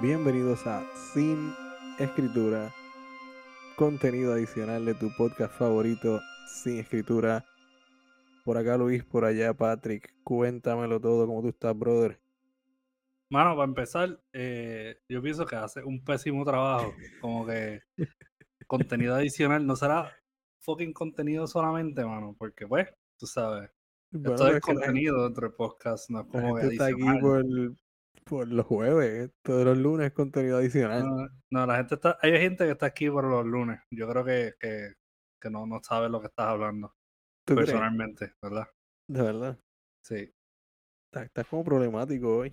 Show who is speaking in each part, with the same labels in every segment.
Speaker 1: Bienvenidos a Sin Escritura, contenido adicional de tu podcast favorito, Sin Escritura. Por acá Luis, por allá Patrick. Cuéntamelo todo, ¿cómo tú estás, brother?
Speaker 2: Mano, para empezar, eh, yo pienso que hace un pésimo trabajo. Como que contenido adicional no será fucking contenido solamente, mano, porque pues, tú sabes.
Speaker 1: Bueno,
Speaker 2: esto
Speaker 1: pero
Speaker 2: es
Speaker 1: es que la gente-
Speaker 2: contenido dentro del podcast, no es
Speaker 1: la
Speaker 2: como que
Speaker 1: gente está aquí
Speaker 2: adicional.
Speaker 1: por, por los jueves, todos los lunes es contenido adicional.
Speaker 2: No, no, la gente está. Hay gente que está aquí por los lunes. Yo creo que, que, que no, no sabe lo que estás hablando
Speaker 1: ¿Tú crees?
Speaker 2: personalmente, ¿verdad?
Speaker 1: De verdad,
Speaker 2: Sí.
Speaker 1: estás, estás como problemático hoy.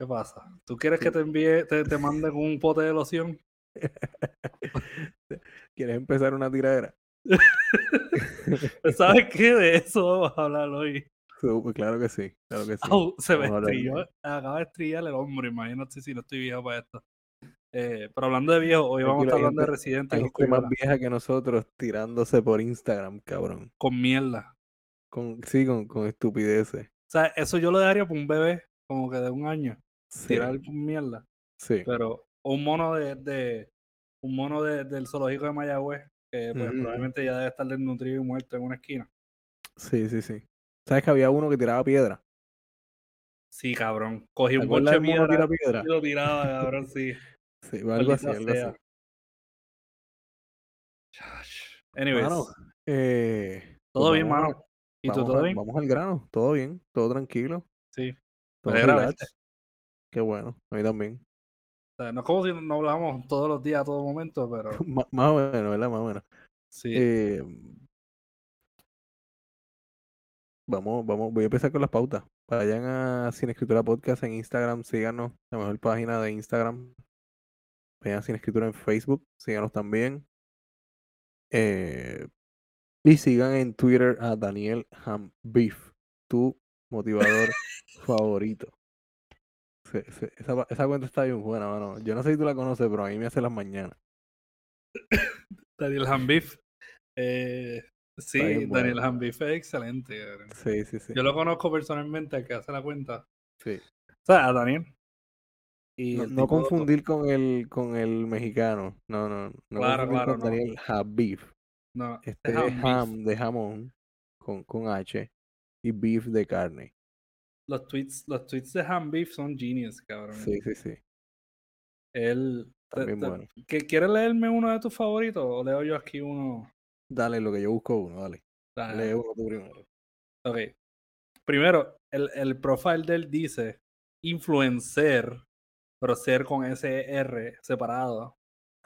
Speaker 2: ¿Qué pasa? ¿Tú quieres que te envíe, te, te manden un pote de loción?
Speaker 1: ¿Quieres empezar una tiradera?
Speaker 2: Pues, ¿Sabes qué? De eso vamos a hablar hoy.
Speaker 1: Su- claro que sí, claro que sí.
Speaker 2: Au, se me
Speaker 1: vamos a hablar de
Speaker 2: estrelló.
Speaker 1: eso.
Speaker 2: Acaba de estrellar el hombro. Imagínate si no estoy viejo para esto. Eh, pero hablando de viejo, hoy vamos
Speaker 1: Tranquilo,
Speaker 2: a estar
Speaker 1: hay
Speaker 2: hablando de
Speaker 1: gente-
Speaker 2: Resident
Speaker 1: Hay
Speaker 2: Evil
Speaker 1: gente más vieja que nosotros tirándose por Instagram, cabrón.
Speaker 2: con mierda.
Speaker 1: Con, sí, con, con estupideces.
Speaker 2: O sea, eso yo lo daría por un bebé, como que de un año.
Speaker 1: Sí,
Speaker 2: Tirar con mierda.
Speaker 1: sí.
Speaker 2: pero o un mono de, de- un mono de- del zoológico de Mayagüez que pues,
Speaker 1: Ujú.
Speaker 2: probablemente ya debe estar desnutrido y muerto en una esquina.
Speaker 1: Sí, sí, sí. ¿Sabes que había uno que tiraba piedra?
Speaker 2: Sí, cabrón. Cogí
Speaker 1: ¿Te
Speaker 2: un
Speaker 1: acuerdas
Speaker 2: boche de
Speaker 1: del mono que
Speaker 2: piedra
Speaker 1: tira piedra?
Speaker 2: y lo tiraba, cabrón, sí.
Speaker 1: Sí, algo así,
Speaker 2: maldita
Speaker 1: algo así.
Speaker 2: sea. Chach. Anyways,
Speaker 1: Mano, eh, pues
Speaker 2: todo bien,
Speaker 1: vamos a-
Speaker 2: mano. ¿Y tú
Speaker 1: vamos
Speaker 2: todo
Speaker 1: a-
Speaker 2: bien?
Speaker 1: Vamos al grano, todo bien, todo tranquilo.
Speaker 2: Sí.
Speaker 1: todo
Speaker 2: alegra
Speaker 1: relax.
Speaker 2: verte.
Speaker 1: Qué bueno, a mí también.
Speaker 2: O sea, no es como si no hablamos todos los días, a todo momento, pero
Speaker 1: Má- más o menos, ¿verdad? Más o menos.
Speaker 2: sí.
Speaker 1: Eh, vamos, vamos, voy a empezar con las pautas. Vayan a Sin Escritura Podcast en Instagram, síganos, la mejor página de Instagram. Vayan a Sin Escritura en Facebook, síganos también. Eh, y sigan en Twitter a Daniel Hambeef, tu motivador favorito. Se- se- esa, pa- esa cuenta está bien buena, mano. Yo no sé si tú la conoces, pero a mí me hace las mañanas.
Speaker 2: Daniel Hanbif. Eh, sí,
Speaker 1: bien bueno,
Speaker 2: Daniel
Speaker 1: mano.
Speaker 2: Hanbif es excelente. cabrón.
Speaker 1: Sí, sí, sí.
Speaker 2: Yo lo conozco personalmente, al que hace la cuenta.
Speaker 1: sí.
Speaker 2: O sea, a Daniel. Y
Speaker 1: No,
Speaker 2: el
Speaker 1: no
Speaker 2: tipo-
Speaker 1: confundir con el con el mexicano. No, no, no
Speaker 2: Claro,
Speaker 1: confundir
Speaker 2: claro,
Speaker 1: con
Speaker 2: no.
Speaker 1: Daniel Habif.
Speaker 2: No,
Speaker 1: Este es
Speaker 2: Hanbif.
Speaker 1: ham de jamón con, con H y beef de carne.
Speaker 2: Los tweets, los tweets de Ham Beef son genius, cabrón.
Speaker 1: Sí, sí, sí.
Speaker 2: Él. te-
Speaker 1: También
Speaker 2: te-
Speaker 1: bueno.
Speaker 2: ¿que- ¿Quieres leerme uno de tus favoritos? O leo yo aquí uno.
Speaker 1: Dale lo que yo busco uno, dale.
Speaker 2: Dale,
Speaker 1: Lee uno tú primero.
Speaker 2: Ok. Primero, el, el profile de él dice influencer, pero ser con SR separado,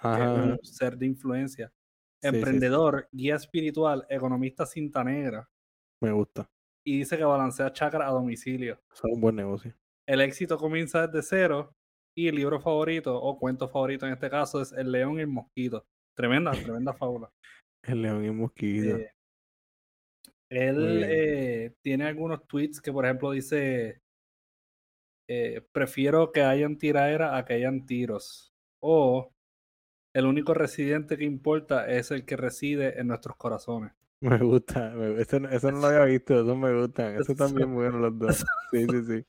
Speaker 2: que es
Speaker 1: Ajá.
Speaker 2: un ser de influencia.
Speaker 1: Sí, sí, sí.
Speaker 2: Emprendedor, guía espiritual, economista cinta negra.
Speaker 1: Me gusta.
Speaker 2: Y dice que balancea chakra a domicilio.
Speaker 1: Eso es un buen negocio.
Speaker 2: El éxito comienza desde cero y el libro favorito o cuento favorito en este caso es El León y el Mosquito. Tremenda, tremenda fábula.
Speaker 1: El león y el mosquito.
Speaker 2: Eh, él
Speaker 1: bien.
Speaker 2: eh, tiene algunos tweets que, por ejemplo, dice: eh, Prefiero que hayan tiraera a que hayan tiros. O el único residente que importa es el que reside en nuestros corazones.
Speaker 1: Me gusta. me- eso, no- eso no lo había visto. Eso me gustan. Eso
Speaker 2: Eso-
Speaker 1: también bueno los dos. Sí, sí, sí.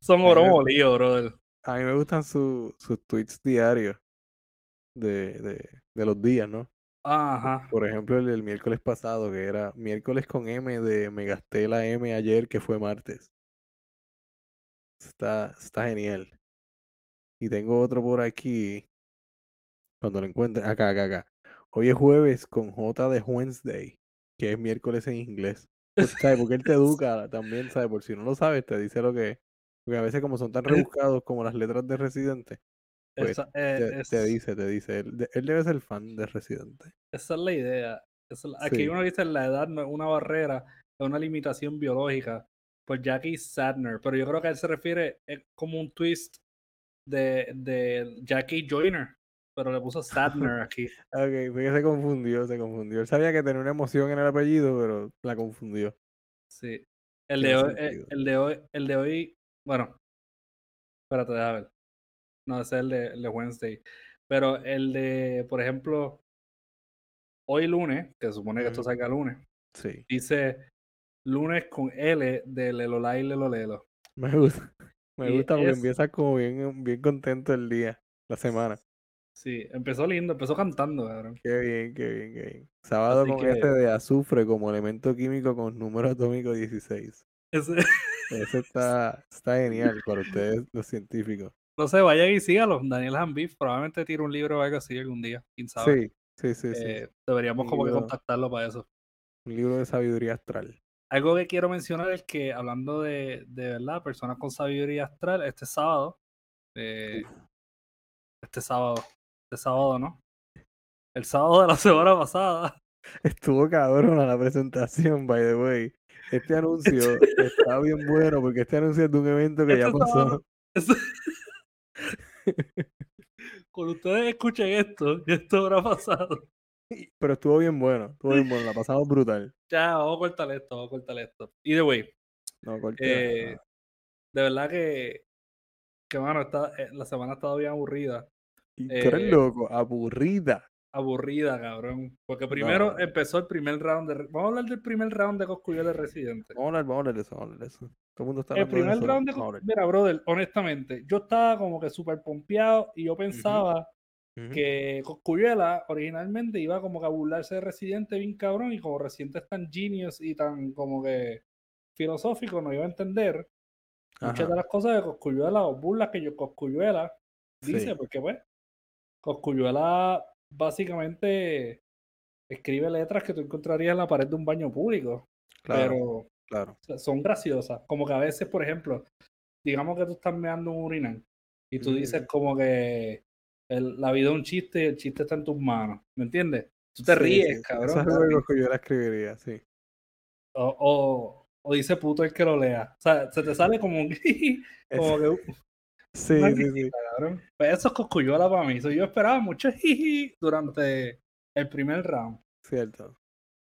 Speaker 2: Son
Speaker 1: Ahí me-
Speaker 2: oro lío, brother.
Speaker 1: A mí me gustan su- sus tweets diarios de, de, de los días, ¿no?
Speaker 2: Ajá.
Speaker 1: Por ejemplo, el del miércoles pasado, que era miércoles con M de me gasté la M ayer, que fue martes. Está, está genial. Y tengo otro por aquí. Cuando lo encuentre. Acá, acá, acá. Hoy es jueves con J de Wednesday, que es miércoles en inglés. Pues, ¿sabes? Porque él te educa también, ¿sabes? Por si no lo sabes, te dice lo que es. Porque a veces como son tan
Speaker 2: Él-
Speaker 1: rebuscados como las letras de Residente, pues,
Speaker 2: Esa- eh,
Speaker 1: te,
Speaker 2: es-
Speaker 1: te dice, te dice. Él, de- él debe ser fan de Residente.
Speaker 2: Esa es la idea. Esa es la- aquí
Speaker 1: Sí.
Speaker 2: uno dice la edad no es una barrera, es una limitación biológica por Jackie Sadner, pero yo creo que él se refiere es como un twist de, de Jackie Joyner, pero le puso Sadner aquí.
Speaker 1: Ok, porque se confundió, se confundió. Él sabía que tenía una emoción en el apellido, pero la confundió.
Speaker 2: Sí. El
Speaker 1: Tiene
Speaker 2: de, hoy, eh,
Speaker 1: sentido.
Speaker 2: el de hoy, el de hoy, bueno, espérate, déjame ver. No, ese es el de, el de Wednesday. Pero el de, por ejemplo, hoy lunes, que se supone que esto
Speaker 1: Ujú.
Speaker 2: salga lunes,
Speaker 1: Sí,
Speaker 2: dice lunes con L de Lelolai Lelolelo.
Speaker 1: me gusta. Me
Speaker 2: Y
Speaker 1: gusta porque
Speaker 2: es-
Speaker 1: empieza como bien, bien contento el día, la semana.
Speaker 2: Sí, empezó lindo, empezó cantando, cabrón.
Speaker 1: Qué bien, qué bien, qué bien. Sábado
Speaker 2: Así
Speaker 1: con
Speaker 2: que-
Speaker 1: este de azufre como elemento químico con número atómico 16.
Speaker 2: Ese-
Speaker 1: Eso está, está genial para ustedes, los científicos.
Speaker 2: no sé, vayan y sígalo. Daniel Hanbif probablemente tire un libro o algo así algún día, quién sabe.
Speaker 1: Sí, sí, sí, sí.
Speaker 2: Eh, deberíamos
Speaker 1: Un
Speaker 2: como que
Speaker 1: libro.
Speaker 2: contactarlo para eso.
Speaker 1: Un libro de sabiduría astral.
Speaker 2: Algo que quiero mencionar es que hablando de, de verdad, personas con sabiduría astral, este sábado, eh, este sábado, este sábado, ¿no? El sábado de la semana pasada.
Speaker 1: Estuvo cabrón a la presentación, by the way. Este anuncio está bien bueno porque este anuncio es de un evento que ya
Speaker 2: Este
Speaker 1: pasó.
Speaker 2: sábado- Cuando ustedes escuchen esto, ya esto habrá pasado.
Speaker 1: Pero estuvo bien bueno, estuvo bien bueno, la pasamos brutal.
Speaker 2: Ya, vamos a cortar esto, vamos a cortar esto. Either way,
Speaker 1: No, corté.
Speaker 2: eh, de verdad que, que mano, esta- eh, la semana ha estado bien aburrida.
Speaker 1: y tú eres
Speaker 2: eh,
Speaker 1: loco, aburrida.
Speaker 2: Aburrida, cabrón. Porque primero
Speaker 1: no.
Speaker 2: empezó el primer round de... Re- Vamos a hablar del primer round de Coscuyo de Residente.
Speaker 1: Vamos a hablar, vamos a hablar de eso, vamos a hablar de eso. Todo el mundo está
Speaker 2: El
Speaker 1: hablando de
Speaker 2: primer
Speaker 1: eso,
Speaker 2: round de
Speaker 1: vamos a
Speaker 2: Cos-
Speaker 1: hablar.
Speaker 2: Mira, brother, honestamente, yo estaba como que súper pompeado y yo pensaba
Speaker 1: Ujú.
Speaker 2: que Coscuyuela originalmente iba como que a burlarse de Residente bien cabrón y como Residente es tan genius y tan como que filosófico, no iba a entender muchas
Speaker 1: Ajá.
Speaker 2: de las cosas de Coscuyuela o burlas que yo Coscuyuela dice,
Speaker 1: Sí.
Speaker 2: porque pues Coscuyuela básicamente escribe letras que tú encontrarías en la pared de un baño público,
Speaker 1: Claro,
Speaker 2: pero o
Speaker 1: claro.
Speaker 2: sea, son graciosas, como que a veces, por ejemplo, digamos que tú estás meando un urinal y tú
Speaker 1: Ujú,
Speaker 2: dices
Speaker 1: ujú.
Speaker 2: como que el- la vida es un chiste y el chiste está en tus manos, ¿me entiendes? Tú te
Speaker 1: Sí,
Speaker 2: ríes,
Speaker 1: sí,
Speaker 2: cabrón.
Speaker 1: Eso es
Speaker 2: te
Speaker 1: algo
Speaker 2: ríes.
Speaker 1: que yo la escribiría, sí.
Speaker 2: O, o- o dice puto el que lo lea. O sea, se te sale como un...
Speaker 1: Es-
Speaker 2: como que,
Speaker 1: sí,
Speaker 2: una
Speaker 1: sí, sí.
Speaker 2: cabrón. Pues eso es Coscuyola para mí. So, yo esperaba mucho jiji durante el primer round.
Speaker 1: Cierto.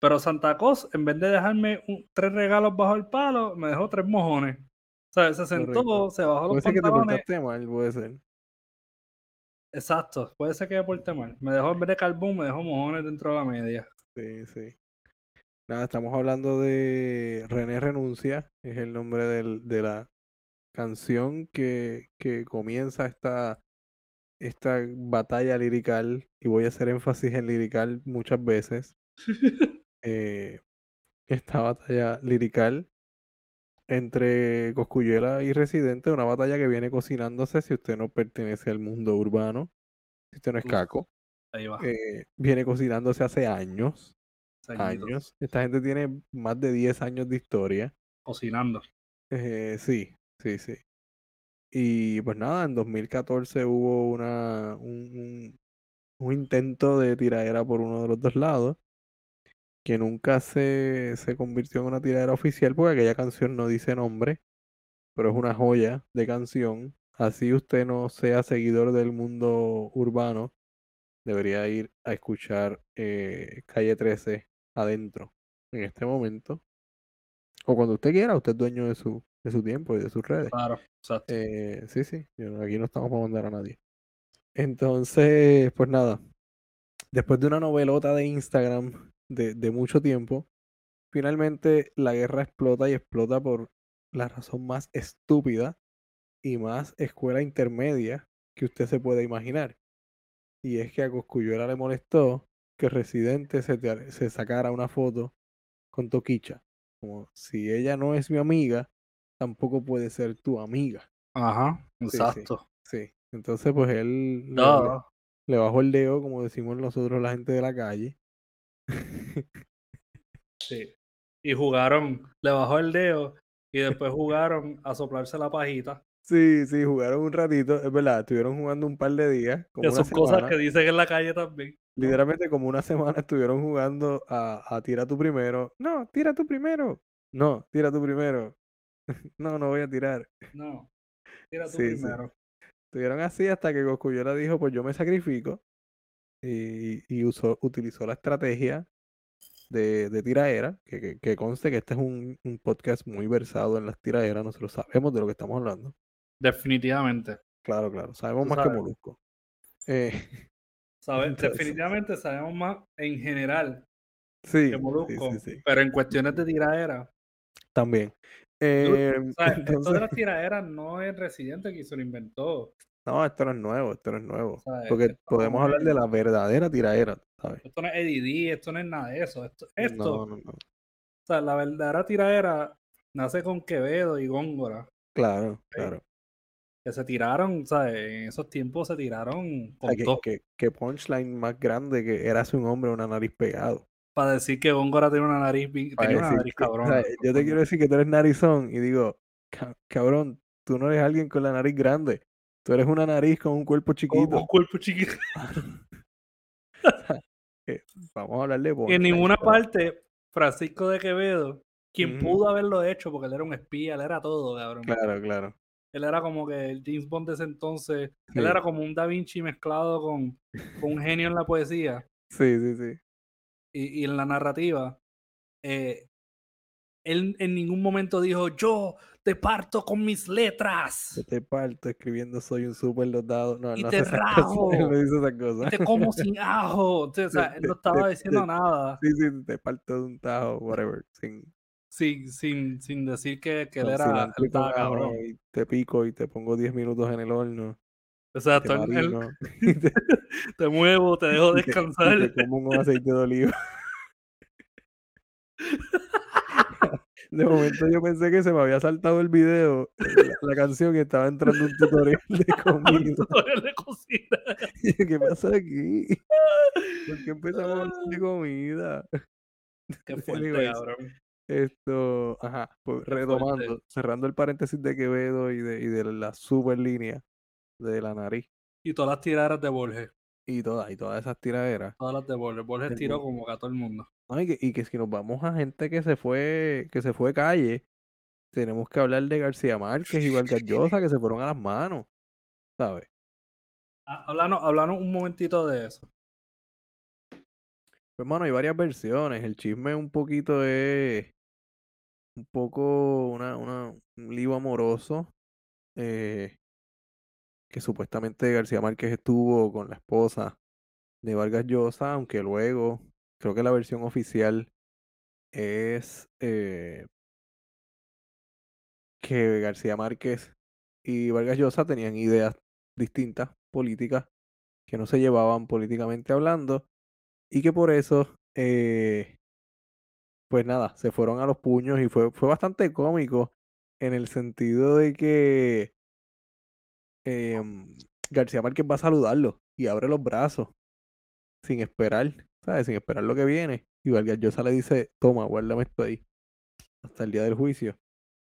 Speaker 2: Pero Santa Cos, en vez de dejarme un- tres regalos bajo el palo, me dejó tres mojones. O sea, se sentó,
Speaker 1: Correcto.
Speaker 2: se bajó
Speaker 1: Puede
Speaker 2: los
Speaker 1: ser que te
Speaker 2: pantalones.
Speaker 1: portaste mal, puede ser.
Speaker 2: Exacto, puede ser que me porte mal. Me dejó, en vez de carbón, me dejó mojones dentro de la media.
Speaker 1: Sí, sí. Nada, estamos hablando de René Renuncia, es el nombre del- de la canción que, que comienza esta, esta batalla lirical, y voy a hacer énfasis en lirical muchas veces. eh, esta batalla lirical entre Coscuyuela y Residente, una batalla que viene cocinándose si usted no pertenece al mundo urbano, si usted no es
Speaker 2: Uf.
Speaker 1: caco,
Speaker 2: Ahí va.
Speaker 1: eh, viene cocinándose hace años
Speaker 2: seguido,
Speaker 1: años. Esta gente tiene más de 10 años de historia.
Speaker 2: Cocinando.
Speaker 1: Eh, sí, sí, sí. Y pues nada, en 2014 hubo una, un, un- un intento de tiradera por uno de los dos lados, que nunca se, se convirtió en una tiradera oficial porque aquella canción no dice nombre, pero es una joya de canción. Así usted no sea seguidor del mundo urbano, debería ir a escuchar eh, Calle 13 adentro en este momento. O cuando usted quiera, usted es dueño de su, de su tiempo y de sus redes.
Speaker 2: Claro, exacto.
Speaker 1: Eh, sí, sí, yo- aquí no estamos para mandar a nadie. Entonces, pues nada, después de una novelota de Instagram de, de mucho tiempo, finalmente la guerra explota y explota por la razón más estúpida y más escuela intermedia que usted se puede imaginar. Y es que a Cosculluela le molestó que Residente se, tar- se sacara una foto con Toquicha. Como si ella no es mi amiga, tampoco puede ser tu amiga.
Speaker 2: Ajá,
Speaker 1: sí.
Speaker 2: exacto.
Speaker 1: Sí, entonces pues él le, le-
Speaker 2: Duh.
Speaker 1: le bajó el dedo, como decimos nosotros la gente de la calle.
Speaker 2: Sí. Y jugaron, le bajó el dedo y después jugaron a soplarse la pajita.
Speaker 1: Sí, sí, jugaron un ratito, es verdad, estuvieron jugando un par de días, como
Speaker 2: Que
Speaker 1: una
Speaker 2: son cosas
Speaker 1: semana,
Speaker 2: que dicen en la calle también.
Speaker 1: literalmente como una semana estuvieron jugando a, a tira tú primero, no, tira tú primero, no, tira tú primero, no, no voy a tirar.
Speaker 2: No. Tira tú
Speaker 1: Sí, sí.
Speaker 2: primero.
Speaker 1: Estuvieron así hasta que Coscuyola dijo, pues yo me sacrifico y, y usó, utilizó la estrategia de, de tiraera, que, que- que conste que este es un, un podcast muy versado en las tiraderas, nosotros sabemos de lo que estamos hablando.
Speaker 2: Definitivamente.
Speaker 1: Claro, claro, sabemos
Speaker 2: Tú
Speaker 1: más que
Speaker 2: sabes.
Speaker 1: Molusco. Eh,
Speaker 2: Sabe-
Speaker 1: Entonces-
Speaker 2: Definitivamente sabemos más en general
Speaker 1: sí,
Speaker 2: que
Speaker 1: sí,
Speaker 2: Molusco.
Speaker 1: sí, sí,
Speaker 2: Pero en cuestiones de tiradera,
Speaker 1: también. Eh,
Speaker 2: o sea, esto de
Speaker 1: entonces-
Speaker 2: las tiraderas no es Residente que se lo inventó.
Speaker 1: no, esto no es nuevo, esto no es nuevo.
Speaker 2: ¿sabes?
Speaker 1: Porque
Speaker 2: Esto
Speaker 1: podemos
Speaker 2: no
Speaker 1: hablar
Speaker 2: es-
Speaker 1: de la verdadera tiraera, ¿sabes?
Speaker 2: Esto no es EDD, esto no es nada de eso. Esto, esto
Speaker 1: No, no, no.
Speaker 2: o sea, la verdadera tiradera nace con Quevedo y Góngora.
Speaker 1: Claro, claro.
Speaker 2: Que se tiraron, ¿sabes? En esos tiempos se tiraron
Speaker 1: O
Speaker 2: con
Speaker 1: sea, que,
Speaker 2: todo.
Speaker 1: que- que punchline más grande que era un hombre una nariz pegado.
Speaker 2: Para decir que Góngora tenía una nariz, bien-
Speaker 1: para
Speaker 2: tenía una
Speaker 1: decir
Speaker 2: nariz
Speaker 1: que- o
Speaker 2: cabrón.
Speaker 1: sea, yo te quiero decir que tú eres narizón y digo, "Ca- cabrón, tú no eres alguien con la nariz grande. Tú eres una nariz con un cuerpo chiquito.
Speaker 2: Un cuerpo chiquito.
Speaker 1: Vamos a hablar de
Speaker 2: en
Speaker 1: punchline,
Speaker 2: ninguna
Speaker 1: pero-
Speaker 2: parte, Francisco de Quevedo, quien
Speaker 1: Ujú.
Speaker 2: pudo haberlo hecho, porque él era un espía, él era todo, cabrón.
Speaker 1: Claro, claro.
Speaker 2: Él era como que el James Bond de ese entonces.
Speaker 1: Sí.
Speaker 2: Él era como un Da Vinci mezclado con, con un genio en la poesía
Speaker 1: Sí, sí, sí.
Speaker 2: y, y en la narrativa. Eh, él en ningún momento dijo, yo te parto con mis letras
Speaker 1: Yo te parto escribiendo soy un super dotado. No, él
Speaker 2: Y
Speaker 1: no
Speaker 2: te
Speaker 1: hace esas cosas, Él
Speaker 2: rajo.
Speaker 1: no dice esas
Speaker 2: y
Speaker 1: cosas.
Speaker 2: te como sin ajo. O sea, él
Speaker 1: te-
Speaker 2: no estaba
Speaker 1: te-
Speaker 2: diciendo
Speaker 1: te-
Speaker 2: nada
Speaker 1: Sí, sí, te parto de un tajo, whatever. Sin,
Speaker 2: sin, sin, sin decir que, que él
Speaker 1: con
Speaker 2: era él
Speaker 1: cilantro y con
Speaker 2: estaba
Speaker 1: ajo,
Speaker 2: cabrón.
Speaker 1: y te pico y te pongo 10 minutos en el horno. Te
Speaker 2: Exacto, él- él-
Speaker 1: marino, y te,
Speaker 2: te muevo, te dejo
Speaker 1: y te- y te
Speaker 2: descansar.
Speaker 1: como un aceite de oliva. De momento yo pensé que se me había saltado el video, la, la canción y estaba entrando un tutorial de comida.
Speaker 2: tutorial de cocina.
Speaker 1: Y yo, ¿Qué pasa aquí? ¿Por qué empezamos a hablar de comida?
Speaker 2: Qué
Speaker 1: Anyways.
Speaker 2: fuerte, cabrón.
Speaker 1: Esto, ajá, pues
Speaker 2: fuerte.
Speaker 1: retomando, cerrando el paréntesis de Quevedo y de, y de la super línea de la nariz
Speaker 2: Y todas las tiradas de Borges.
Speaker 1: y todas, y todas esas tiraderas.
Speaker 2: Todas las de Borges. Borges
Speaker 1: Del
Speaker 2: tiró
Speaker 1: mundo.
Speaker 2: como que a todo el mundo.
Speaker 1: No, y que, y que si nos vamos a gente que se fue, que se fue calle, tenemos que hablar de García Márquez y Vargas Llosa que se fueron a las manos, ¿sabes?
Speaker 2: Ah, Háblanos, háblanos un momentito de eso.
Speaker 1: Pues, mano, hay varias versiones. El chisme un poquito es un poco una, una- un lío amoroso eh, que supuestamente García Márquez estuvo con la esposa de Vargas Llosa, aunque luego creo que la versión oficial es eh, que García Márquez y Vargas Llosa tenían ideas distintas políticas que no se llevaban políticamente hablando y que por eso, eh, pues nada, se fueron a los puños y fue, fue bastante cómico en el sentido de que em, García Márquez va a saludarlo y abre los brazos sin esperar, ¿sabes? Sin esperar lo que viene. Y Vargas Llosa le dice, toma, guárdame esto ahí hasta el día del juicio.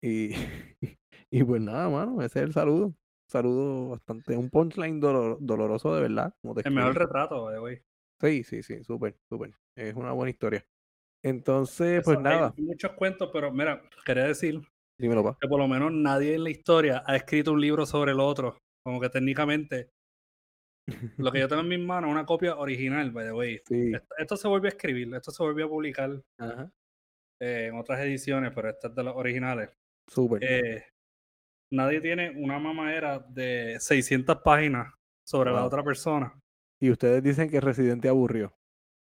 Speaker 1: Y, y pues nada, mano, ese es el saludo. Saludo bastante, un punchline dolor- doloroso de verdad. Como te
Speaker 2: El mejor
Speaker 1: escribí.
Speaker 2: retrato, de hoy.
Speaker 1: Sí, sí, sí, súper, súper. Es una buena historia. Entonces, pues
Speaker 2: Eso, hay
Speaker 1: nada,
Speaker 2: muchos cuentos, pero mira, quería decir
Speaker 1: dímelo, pa.
Speaker 2: que por lo menos nadie en la historia ha escrito un libro sobre el otro. Como que técnicamente, lo que yo tengo en mis manos es una copia original, by the way.
Speaker 1: Sí,
Speaker 2: Esto, esto se volvió a escribir, esto se volvió a publicar
Speaker 1: ajá,
Speaker 2: eh, en otras ediciones, pero esta es de las originales.
Speaker 1: súper.
Speaker 2: eh, nadie tiene una mamadera de 600 páginas sobre la
Speaker 1: Wow.
Speaker 2: otra persona.
Speaker 1: Y ustedes dicen que Residente aburrió.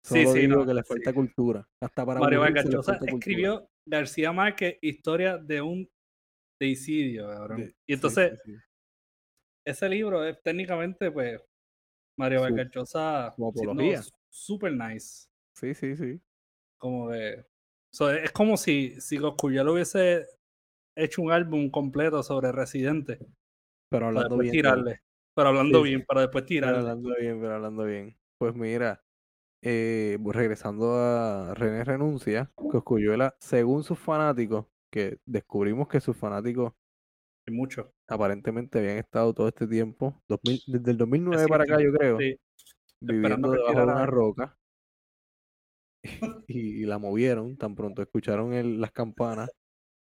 Speaker 2: Sí,
Speaker 1: Solo
Speaker 2: sí,
Speaker 1: digo
Speaker 2: no,
Speaker 1: que les
Speaker 2: sí.
Speaker 1: falta cultura. Hasta para
Speaker 2: Mario
Speaker 1: aburrirse
Speaker 2: Vargas
Speaker 1: les
Speaker 2: Llosa
Speaker 1: falta cultura.
Speaker 2: escribió García Márquez, historia de un deicidio, cabrón.
Speaker 1: De-
Speaker 2: y
Speaker 1: sí, sí,
Speaker 2: entonces,
Speaker 1: sí,
Speaker 2: ese libro es técnicamente, pues, Mario
Speaker 1: Su-
Speaker 2: Vargas Llosa
Speaker 1: su
Speaker 2: siendo
Speaker 1: apología.
Speaker 2: su- super nice.
Speaker 1: Sí, sí, sí.
Speaker 2: Como que. so, es es como si, si Cosculluela hubiese hecho un álbum completo sobre Residente.
Speaker 1: Pero
Speaker 2: Para
Speaker 1: hablando
Speaker 2: después
Speaker 1: bien. claro.
Speaker 2: Pues, tirarle. Pero hablando
Speaker 1: sí.
Speaker 2: bien, para después
Speaker 1: Pero
Speaker 2: tirarle.
Speaker 1: hablando bien, pero hablando bien. Pues mira, eh, bu- regresando a René Renuncia, Coscuyuela, según sus fanáticos, que descubrimos que sus fanáticos
Speaker 2: y Mucho.
Speaker 1: aparentemente habían estado todo este tiempo, 2000 desde el 2009 para acá
Speaker 2: Reciente,
Speaker 1: yo creo,
Speaker 2: sí.
Speaker 1: viviendo
Speaker 2: Esperando que
Speaker 1: debajo de una
Speaker 2: tirara.
Speaker 1: roca y, y la movieron, tan pronto escucharon el- las campanas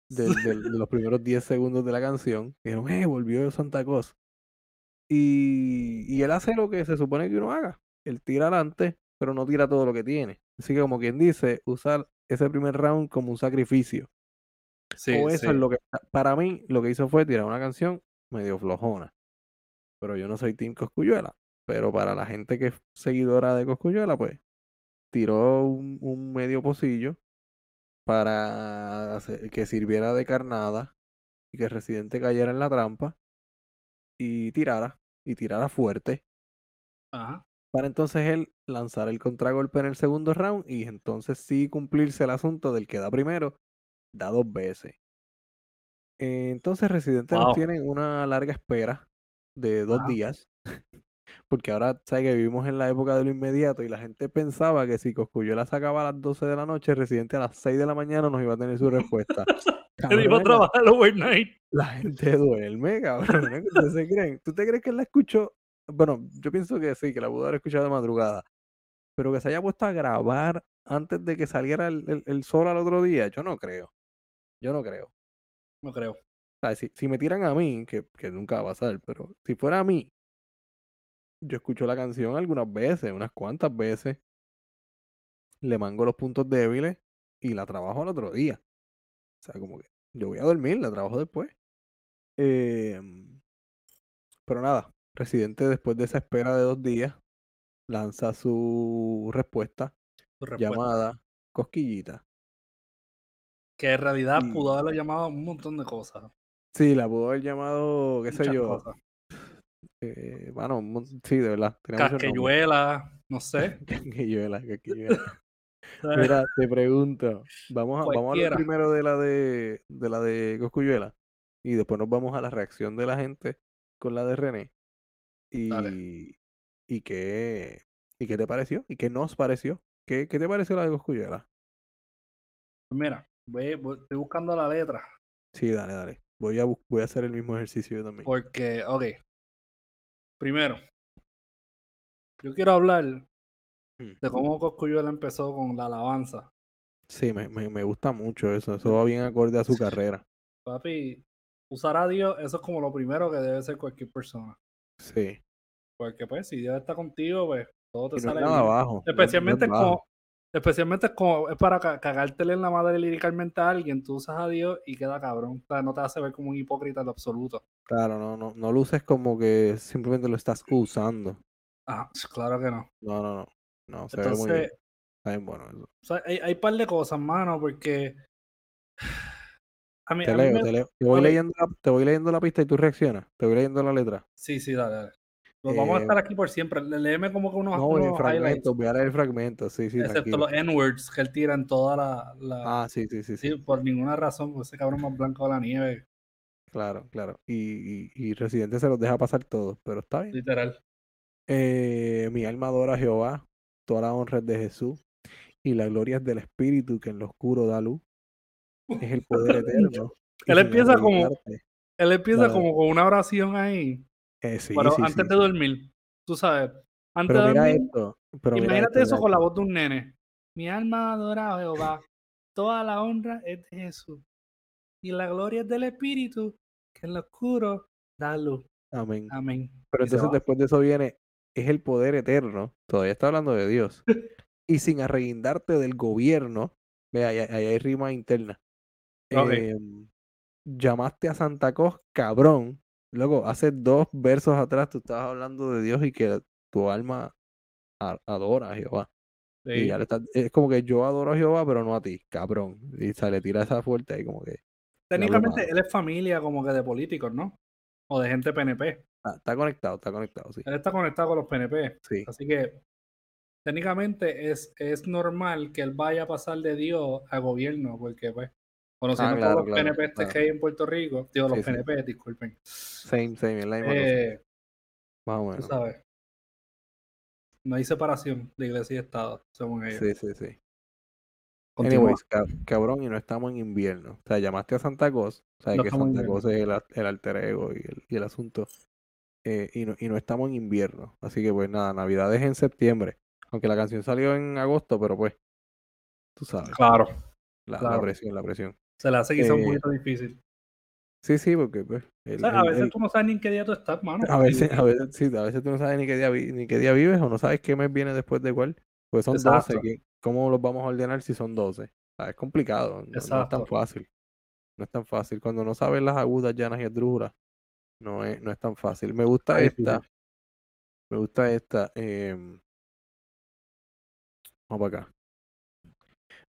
Speaker 1: del- del- de los primeros 10 segundos de la canción, dijeron, eh, volvió Santa Claus. Y, y él hace lo que se supone que uno haga, él tira adelante, pero no tira todo lo que tiene. Así que como quien dice, usar ese primer round como un sacrificio.
Speaker 2: Sí,
Speaker 1: o eso
Speaker 2: sí.
Speaker 1: es lo que para mí lo que hizo fue tirar una canción medio flojona pero yo no soy team Cosculluela pero para la gente que es seguidora de Cosculluela pues tiró un, un medio pocillo para hacer- que sirviera de carnada y que el residente cayera en la trampa y tirara, y tirara fuerte,
Speaker 2: Ajá.
Speaker 1: para entonces él lanzar el contragolpe en el segundo round y entonces sí cumplirse el asunto del que da primero, da dos veces. Eh, Entonces Residente
Speaker 2: Wow.
Speaker 1: nos tiene una larga espera de dos
Speaker 2: Ajá.
Speaker 1: días, porque ahora sabes que vivimos en la época de lo inmediato y la gente pensaba que si Cosculluela sacaba a las 12 de la noche, Residente a las 6 de la mañana nos iba a tener su respuesta.
Speaker 2: Él iba a
Speaker 1: Cabrones,
Speaker 2: trabajar overnight.
Speaker 1: la gente duerme, cabrón. ¿eh? ¿Ustedes se creen? ¿Tú te crees que él la escuchó? Bueno, yo pienso que sí, que la pudo haber escuchado de madrugada. Pero que se haya puesto a grabar antes de que saliera el, el- el sol al otro día, yo no creo. Yo no creo.
Speaker 2: No creo.
Speaker 1: O sea, si, si me tiran a mí, que, que nunca va a pasar, pero si fuera a mí, yo escucho la canción algunas veces, unas cuantas veces. Le mango los puntos débiles y la trabajo al otro día. O sea, como que yo voy a dormir, la trabajo después. Em, pero nada, Residente después de esa espera de dos días, lanza su respuesta,
Speaker 2: Su respuesta.
Speaker 1: llamada Cosquillita.
Speaker 2: Que en realidad
Speaker 1: Y-
Speaker 2: pudo haberlo llamado un montón de cosas.
Speaker 1: Sí, la pudo haber llamado, qué sé
Speaker 2: muchas
Speaker 1: yo,
Speaker 2: cosas.
Speaker 1: Eh, bueno, un mon- sí, de verdad. Tenía muchos nombres.
Speaker 2: Casquelluela, no sé.
Speaker 1: Casquilluela, casquilluela. Mira, te pregunto. Vamos a, vamos a hablar
Speaker 2: Cualquiera.
Speaker 1: primero de la de, de la de Cosculluela. Y después nos vamos a la reacción de la gente con la de René. Y,
Speaker 2: Dale.
Speaker 1: y qué, y qué te pareció, y qué nos pareció. ¿Qué, qué te pareció la de Cosculluela?
Speaker 2: Mira, ve- voy- estoy buscando la letra.
Speaker 1: Sí, dale, dale. Voy a, bus- voy a hacer el mismo ejercicio yo también.
Speaker 2: Porque, ok. Primero, yo quiero hablar
Speaker 1: Mm.
Speaker 2: de cómo Coscuyuela empezó con la alabanza.
Speaker 1: Sí, me, me, me gusta mucho eso. Eso va bien acorde a su carrera.
Speaker 2: Papi, usar a Dios, eso es como lo primero que debe ser cualquier persona.
Speaker 1: Sí.
Speaker 2: Porque, pues, si Dios está contigo, pues todo te
Speaker 1: Y no es
Speaker 2: sale
Speaker 1: nada
Speaker 2: bien.
Speaker 1: bajo. no es- no es
Speaker 2: Especialmente
Speaker 1: bajo.
Speaker 2: como, especialmente como es para ca- cagártele en la madre liricalmente a alguien, tú usas a Dios y queda cabrón. O sea, no te hace ver como un hipócrita en lo absoluto.
Speaker 1: Claro, no, no, no luces como que simplemente lo estás usando.
Speaker 2: Ah, claro que no.
Speaker 1: No, no, no. No, se ve muy bien.
Speaker 2: Entonces,
Speaker 1: Está bien bueno eso.
Speaker 2: o sea, hay, hay par de cosas, mano, porque a mí,
Speaker 1: Te
Speaker 2: a mí
Speaker 1: leo,
Speaker 2: me-
Speaker 1: te leo. Te voy,
Speaker 2: ok.
Speaker 1: leyendo la, te voy leyendo la pista y tú reaccionas. Te voy leyendo la letra.
Speaker 2: Sí, sí, dale, dale. Nos vamos a
Speaker 1: Eh,
Speaker 2: estar aquí por siempre. Le- Léeme como que unos,
Speaker 1: No, en
Speaker 2: unos highlights.
Speaker 1: fragmentos, voy a leer fragmentos. Sí, sí,
Speaker 2: Excepto
Speaker 1: tranquilo.
Speaker 2: los N-words que él tira en toda la. la-
Speaker 1: Ah, sí, sí, sí, sí.
Speaker 2: sí, por ninguna razón, porque ese cabrón más blanco de la nieve,
Speaker 1: Claro, claro. Y, y, y Residente se los deja pasar todos, pero está bien.
Speaker 2: literal.
Speaker 1: Eh, mi alma adora a Jehová, toda la honra es de Jesús, y la gloria es del Espíritu que en lo oscuro da luz. Es el poder eterno. y
Speaker 2: Él
Speaker 1: sin
Speaker 2: empieza como-
Speaker 1: atribularte.
Speaker 2: Él empieza
Speaker 1: Dale, dale.
Speaker 2: como con una oración ahí.
Speaker 1: Eh, sí,
Speaker 2: pero
Speaker 1: sí,
Speaker 2: antes
Speaker 1: sí,
Speaker 2: de
Speaker 1: sí.
Speaker 2: dormir, tú sabes, antes
Speaker 1: Pero
Speaker 2: de
Speaker 1: mira
Speaker 2: dormir,
Speaker 1: esto. Pero mira
Speaker 2: mm, imagínate
Speaker 1: esto,
Speaker 2: eso
Speaker 1: mira
Speaker 2: con la
Speaker 1: esto.
Speaker 2: voz de un nene. Mi alma adora a Jehová, toda la honra es de Jesús, y la gloria es del Espíritu, que en lo oscuro da luz.
Speaker 1: Amén.
Speaker 2: Amén.
Speaker 1: Pero
Speaker 2: Ah, Y se
Speaker 1: entonces
Speaker 2: va.
Speaker 1: después de eso viene, es el poder eterno. Todavía está hablando de Dios. Y sin arreguindarte del gobierno. Ve, ahí, ahí hay rima interna.
Speaker 2: Ok.
Speaker 1: Em, llamaste a Santa Cos cabrón. Luego, hace dos versos atrás tú estabas hablando de Dios y que tu alma a- adora a Jehová. Y
Speaker 2: Sí.
Speaker 1: ya le estás- es como que yo adoro a Jehová, pero no a ti, cabrón. Y se le tira esa fuerte ahí como que...
Speaker 2: Técnicamente
Speaker 1: malo.
Speaker 2: él es familia como que de políticos, ¿no? O de gente PNP.
Speaker 1: ah, está conectado, está conectado, sí.
Speaker 2: Él está conectado con los PNP.
Speaker 1: Sí,
Speaker 2: Así que técnicamente es, es normal que él vaya a pasar de Dios a gobierno, porque pues, conociendo
Speaker 1: Ah, claro,
Speaker 2: todos los
Speaker 1: claro,
Speaker 2: PNP
Speaker 1: claro.
Speaker 2: este que hay en Puerto Rico, digo los
Speaker 1: Sí, sí.
Speaker 2: PNP, disculpen.
Speaker 1: same, same, es la misma cosa,
Speaker 2: eh,
Speaker 1: más o
Speaker 2: tú
Speaker 1: menos.
Speaker 2: sabes. No hay separación de iglesia y estado, según ellos.
Speaker 1: Sí, sí, sí.
Speaker 2: Continúa.
Speaker 1: Anyways, cab- cabrón, y no estamos en invierno. O sea, llamaste a Santa Claus. Sabes
Speaker 2: No
Speaker 1: que
Speaker 2: estamos en
Speaker 1: Santa
Speaker 2: invierno.
Speaker 1: Claus es el, a- el alter ego y el, y el asunto. eh, y, no, y no estamos en invierno. Así que, pues nada, Navidad es en septiembre. Aunque la canción salió en agosto, pero pues, tú sabes,
Speaker 2: Claro.
Speaker 1: la, la
Speaker 2: claro.
Speaker 1: presión, la presión.
Speaker 2: Se la hace quizá un
Speaker 1: Eh,
Speaker 2: poquito difícil.
Speaker 1: Sí, sí, porque pues. el-
Speaker 2: O sea, a
Speaker 1: el-
Speaker 2: veces
Speaker 1: el-
Speaker 2: tú no sabes ni en qué día tú estás, mano.
Speaker 1: a veces, a veces, sí, a veces tú no sabes ni qué día vi- ni qué día vives o no sabes qué mes viene después de cuál. Pues son 12.
Speaker 2: Exacto.
Speaker 1: ¿qué- ¿Cómo los vamos a ordenar si son 12? O sea, es complicado, no- no, es tan
Speaker 2: Exacto.
Speaker 1: fácil. No es tan fácil. Cuando no sabes las agudas, llanas y esdrújulas, no es, no es tan fácil. Me gusta
Speaker 2: Está difícil.
Speaker 1: esta. Me gusta esta. em, Vamos para acá.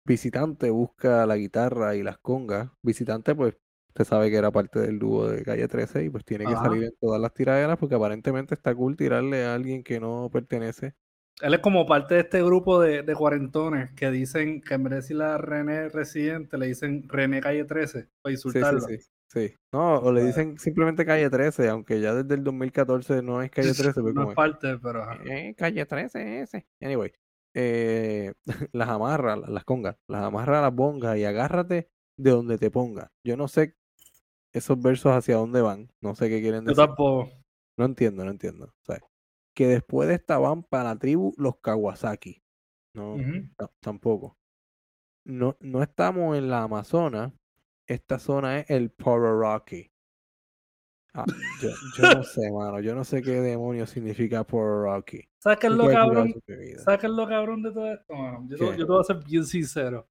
Speaker 1: Visitante busca la guitarra y las congas. Visitante, pues, usted sabe que era parte del dúo de Calle 13 y pues tiene que
Speaker 2: Ajá.
Speaker 1: salir en todas las tiraderas porque aparentemente está cool tirarle a alguien que no pertenece.
Speaker 2: Él es como parte de este grupo de, de cuarentones que dicen que en vez de decirle a René Residente, le dicen René Calle 13 para
Speaker 1: Sí, sí,
Speaker 2: insultarlo.
Speaker 1: sí, sí. No, o le
Speaker 2: Claro.
Speaker 1: dicen simplemente Calle 13, aunque ya desde el 2014 no es Calle 13, pues
Speaker 2: no
Speaker 1: como
Speaker 2: es
Speaker 1: es.
Speaker 2: parte, pero ajá.
Speaker 1: Eh, calle 13 ese. Anyway, eh, las amarra, la- las congas, las amarra a las bongas y agárrate de donde te ponga. Yo no sé esos versos hacia dónde van, no sé qué quieren
Speaker 2: yo
Speaker 1: decir.
Speaker 2: tampoco.
Speaker 1: No entiendo, no entiendo. o sea, Que después de esta van para la tribu los Kawasaki. No,
Speaker 2: Ujú.
Speaker 1: ta- tampoco. No, no estamos en la Amazonas. Esta zona es el Pororocky. Ah, yo, yo no sé, mano. Yo no sé qué demonios significa Pororocky.
Speaker 2: ¿Sabes qué es lo
Speaker 1: Nunca he escuchado
Speaker 2: cabrón?
Speaker 1: eso en mi vida.
Speaker 2: ¿Sabes qué es lo cabrón de todo esto, mano? Yo, te-
Speaker 1: ¿Qué?
Speaker 2: yo te voy a ser bien sincero.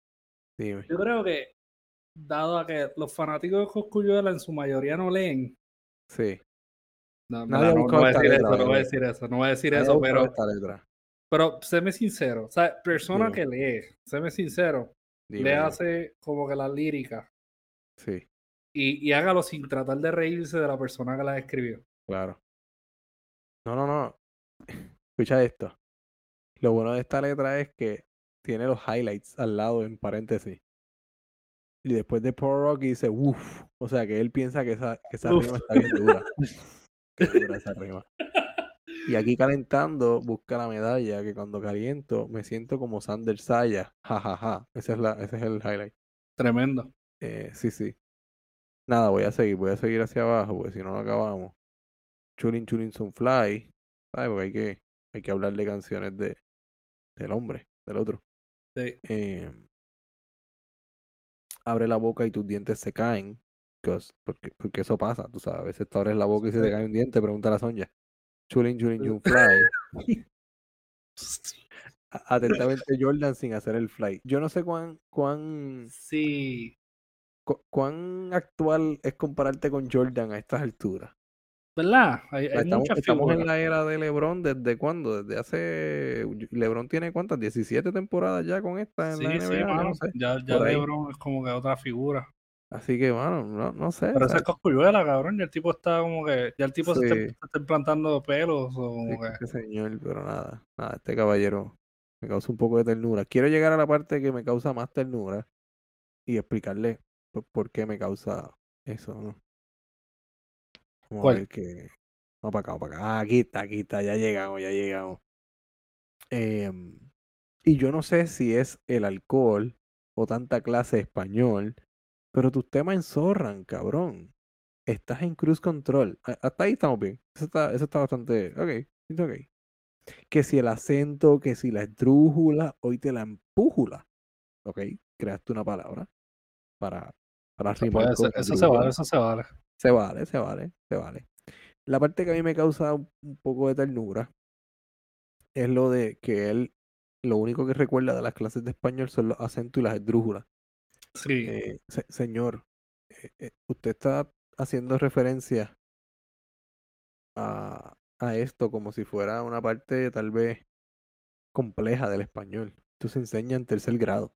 Speaker 1: Dime.
Speaker 2: Yo creo que, dado a que los fanáticos de Coscuyuela en su mayoría no leen.
Speaker 1: Sí.
Speaker 2: No, en
Speaker 1: Nadie
Speaker 2: verdad,
Speaker 1: ha
Speaker 2: no,
Speaker 1: buscado
Speaker 2: no voy a
Speaker 1: esta
Speaker 2: decir
Speaker 1: letra,
Speaker 2: eso, no voy a
Speaker 1: ¿verdad?
Speaker 2: decir eso, no voy a decir
Speaker 1: Ahí
Speaker 2: eso,
Speaker 1: busca
Speaker 2: pero,
Speaker 1: esta letra.
Speaker 2: pero séme sincero. O sea, persona
Speaker 1: Dime.
Speaker 2: que lee, séme sincero,
Speaker 1: Dime,
Speaker 2: le
Speaker 1: dime.
Speaker 2: hace como que la lírica
Speaker 1: Sí,
Speaker 2: y, y hágalo sin tratar de reírse de la persona que la escribió.
Speaker 1: claro. No, no, no. Escucha esto. Lo bueno de esta letra es que tiene los highlights al lado en paréntesis. Y después de Paul Rocky dice, uff. O sea que él piensa que esa, que esa
Speaker 2: Uf.
Speaker 1: rima está bien dura. Qué dura esa rima. Y aquí calentando, busca la medalla, que cuando caliento me siento como Sander Saya. Ja, ja, ja. Ese es, la, ese es el highlight.
Speaker 2: Tremendo.
Speaker 1: Eh, sí, sí. Nada, voy a seguir, voy a seguir hacia abajo, porque si no, no acabamos. Chulin Chulin Sunfly. ¿Sabes? Porque hay que, hay que hablar de canciones de, del hombre, del otro.
Speaker 2: Sí.
Speaker 1: Eh, abre la boca y tus dientes se caen. 'cause- porque, porque eso pasa, tú sabes. A veces te abres la boca y se te
Speaker 2: Sí.
Speaker 1: cae un diente, pregunta a Sonja. Chulin Chulin
Speaker 2: Sí.
Speaker 1: Sunfly. A- Atentamente Jordan sin hacer el fly. Yo no sé cuán, cuán
Speaker 2: Sí.
Speaker 1: cu- cuán actual es compararte con Jordan a estas alturas?
Speaker 2: ¿Verdad? Hay,
Speaker 1: O sea,
Speaker 2: hay
Speaker 1: Pues estamos,
Speaker 2: muchas
Speaker 1: estamos en
Speaker 2: figuras.
Speaker 1: la era de LeBron desde cuándo? Desde hace LeBron tiene cuántas 17 temporadas ya con esta en
Speaker 2: Sí,
Speaker 1: la
Speaker 2: sí,
Speaker 1: NBA, yo Pues, no
Speaker 2: mano.
Speaker 1: sé.
Speaker 2: Ya, ya
Speaker 1: por ahí.
Speaker 2: LeBron es como que otra figura.
Speaker 1: Así que bueno, no, no sé, o
Speaker 2: Pero ese
Speaker 1: sea,
Speaker 2: es Coscuyuela, cabrón. Y el tipo está como que. Ya el tipo se,
Speaker 1: Sí.
Speaker 2: está, se está implantando pelos. O como que.
Speaker 1: este señor, pero nada, nada, este caballero me causa un poco de ternura. Quiero llegar a la parte que me causa más ternura y explicarle por, por qué me causa eso, ¿no? Vamos
Speaker 2: ¿Cuál?
Speaker 1: a ver que. Vamos para acá, vamos para acá. Ah, aquí está, aquí está, ya llegamos, ya llegamos. Em, y yo no sé si es el alcohol o tanta clase de español, pero tus temas enzorran, cabrón. Estás en cruise control. A- Hasta ahí estamos bien. Eso está, eso está bastante. Ok, it's ok. Que si el acento, que si la esdrújula, hoy te la empújula. Ok, creaste una palabra para, para
Speaker 2: se
Speaker 1: rimar
Speaker 2: puede,
Speaker 1: con
Speaker 2: se- pues, eso se
Speaker 1: esdrújula.
Speaker 2: vale, eso se vale.
Speaker 1: Se vale, se vale, se vale. La parte que a mí me causa un un poco de ternura es lo de que él, lo único que recuerda de las clases de español son los acentos y las esdrújulas.
Speaker 2: Sí.
Speaker 1: Eh, se- señor, eh, eh, usted está haciendo referencia a, a esto como si fuera una parte tal vez compleja del español. Esto se enseña en tercer grado.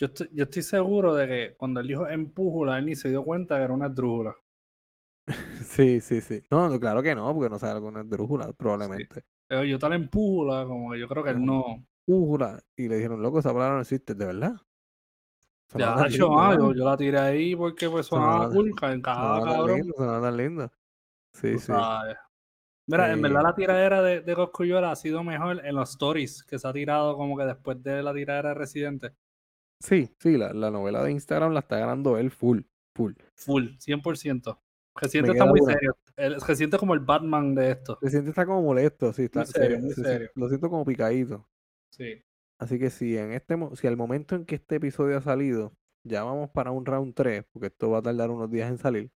Speaker 2: Yo, estoy, yo estoy seguro de que cuando él dijo empújula, él ni se dio cuenta que era una drújula.
Speaker 1: Sí, sí, sí. No, no, claro que no, porque no sabe alguna esdrújula, probablemente.
Speaker 2: Pero yo tal empújula, como que yo creo que él
Speaker 1: Ajá.
Speaker 2: no.
Speaker 1: Újula, y le dijeron, loco, esa palabra no existe, de verdad.
Speaker 2: Ya,
Speaker 1: Sonaba tan
Speaker 2: hecho,
Speaker 1: lindo,
Speaker 2: ah,
Speaker 1: mano.
Speaker 2: yo, yo la tiré ahí porque pues
Speaker 1: Sonaba
Speaker 2: sonaba
Speaker 1: tan-
Speaker 2: cool, ca- encajaba
Speaker 1: Sonaba tan
Speaker 2: cabrón.
Speaker 1: lindo, sonaba tan lindo. Sí,
Speaker 2: tú
Speaker 1: sí.
Speaker 2: sabes. Mira, en verdad
Speaker 1: Eh,
Speaker 2: la tiradera de, de Cosculluela ha sido mejor en los stories que se ha tirado como que después de la tiradera de Residente.
Speaker 1: Sí, sí, la, la novela de Instagram la está ganando él full, full.
Speaker 2: Full, 100%. Reciente
Speaker 1: Me
Speaker 2: está
Speaker 1: queda
Speaker 2: muy
Speaker 1: una.
Speaker 2: serio. El, Reciente es como el Batman de esto.
Speaker 1: Se siente está como molesto, sí, está
Speaker 2: Muy serio, muy
Speaker 1: se- se-
Speaker 2: serio.
Speaker 1: lo siento como picadito.
Speaker 2: Sí.
Speaker 1: Así que si en este mo- si al momento en que este episodio ha salido, ya vamos para un round 3, porque esto va a tardar unos días en salir.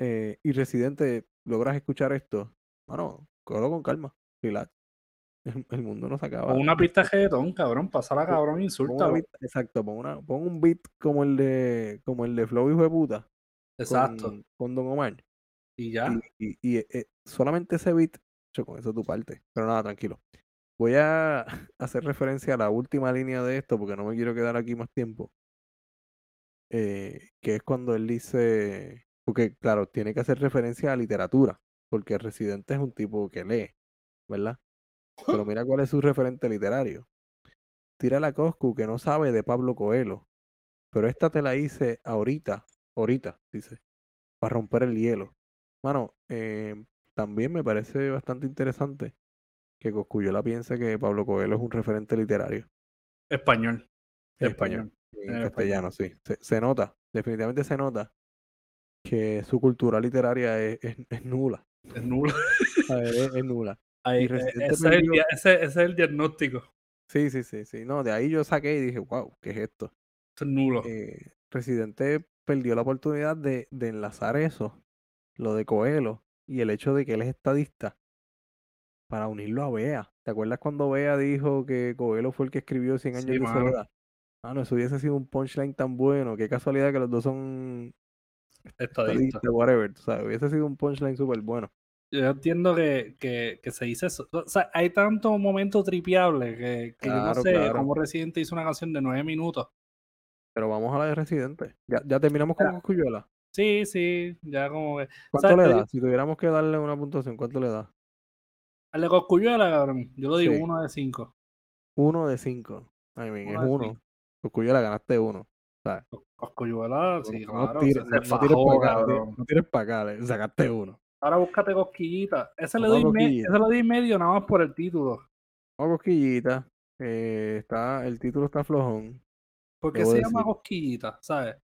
Speaker 1: eh, y residente, logras escuchar esto, mano, cógelo con calma, relax. El, el mundo no se acaba.
Speaker 2: Con una pista de reggaetón, cabrón. Pasala, cabrón,
Speaker 1: Pon Ah, una
Speaker 2: insulta.
Speaker 1: beat- exacto, pon, una- pon un beat como el de como el de Flow hijo de puta
Speaker 2: Exacto.
Speaker 1: con, con Don Omar.
Speaker 2: Y ya.
Speaker 1: Y, y- y, eh, solamente ese beat, hecho, con eso es tu parte. Pero nada, tranquilo. Voy a hacer referencia a la última línea de esto porque no me quiero quedar aquí más tiempo. Eh, que es cuando él dice, porque claro, tiene que hacer referencia a literatura, porque el residente es un tipo que lee, ¿verdad? Pero mira cuál es su referente literario. Tira la Coscu que no sabe de Pablo Coelho, pero esta te la hice ahorita, ahorita, dice, para romper el hielo. Mano, eh, también me parece bastante interesante que Coscuyola piense que Pablo Coelho es un referente literario
Speaker 2: Español.
Speaker 1: en español, en
Speaker 2: en
Speaker 1: castellano, sí. Se, se nota, definitivamente se nota que su cultura literaria es, es, es nula.
Speaker 2: Es nulo.
Speaker 1: A ver, es- es nula.
Speaker 2: Ahí, eh,
Speaker 1: Residente
Speaker 2: ese, es
Speaker 1: me
Speaker 2: el
Speaker 1: dio-
Speaker 2: dia- ese- ese es el diagnóstico.
Speaker 1: Sí, sí, sí, sí. No, de ahí yo saqué y dije, wow, ¿qué es esto?
Speaker 2: Esto es nulo.
Speaker 1: Eh, Residente perdió la oportunidad de, de enlazar eso, lo de Coelho y el hecho de que él es estadista, para unirlo a Bea. ¿Te acuerdas cuando Bea dijo que Coelho fue el que escribió 100 años
Speaker 2: Sí,
Speaker 1: de
Speaker 2: mano.
Speaker 1: soledad? Ah, no, eso hubiese sido un punchline tan bueno. Qué casualidad que los dos son
Speaker 2: estadista.
Speaker 1: estadistas, whatever. O sea, hubiese sido un punchline súper bueno.
Speaker 2: Yo entiendo que, que, que se dice eso. O sea, hay tanto momento tripiable que, que yo no
Speaker 1: Claro,
Speaker 2: sé
Speaker 1: claro.
Speaker 2: cómo Residente hizo una canción de nueve minutos.
Speaker 1: Pero vamos a la de Residente. Ya, ya terminamos con
Speaker 2: Espera.
Speaker 1: Coscuyola.
Speaker 2: Sí, sí, ya como que.
Speaker 1: ¿Cuánto
Speaker 2: sea,
Speaker 1: le
Speaker 2: yo
Speaker 1: da? Si tuviéramos que darle una puntuación, ¿cuánto le da?
Speaker 2: Al de Cosculluela, cabrón. Yo lo digo
Speaker 1: Sí.
Speaker 2: uno de cinco.
Speaker 1: Uno de cinco. I mean,
Speaker 2: Uno
Speaker 1: es
Speaker 2: de
Speaker 1: uno.
Speaker 2: cinco.
Speaker 1: Coscuyola ganaste uno.
Speaker 2: Cosculluela, sí,
Speaker 1: No-
Speaker 2: claro.
Speaker 1: no,
Speaker 2: se-
Speaker 1: tires,
Speaker 2: se
Speaker 1: no, no tires
Speaker 2: fajó,
Speaker 1: para acá, no tires-
Speaker 2: cabrón.
Speaker 1: no tires para acá, le- sacaste uno.
Speaker 2: Ahora búscate cosquillita. Ese le,
Speaker 1: Vamos a
Speaker 2: doy me-
Speaker 1: Cosquillita.
Speaker 2: ese le doy medio nada más por el título.
Speaker 1: Vamos a Oh, cosquillita. eh, está, el título está flojón.
Speaker 2: ¿Por
Speaker 1: Te
Speaker 2: qué
Speaker 1: voy
Speaker 2: se
Speaker 1: a
Speaker 2: llama
Speaker 1: decir.
Speaker 2: cosquillita? ¿Sabes?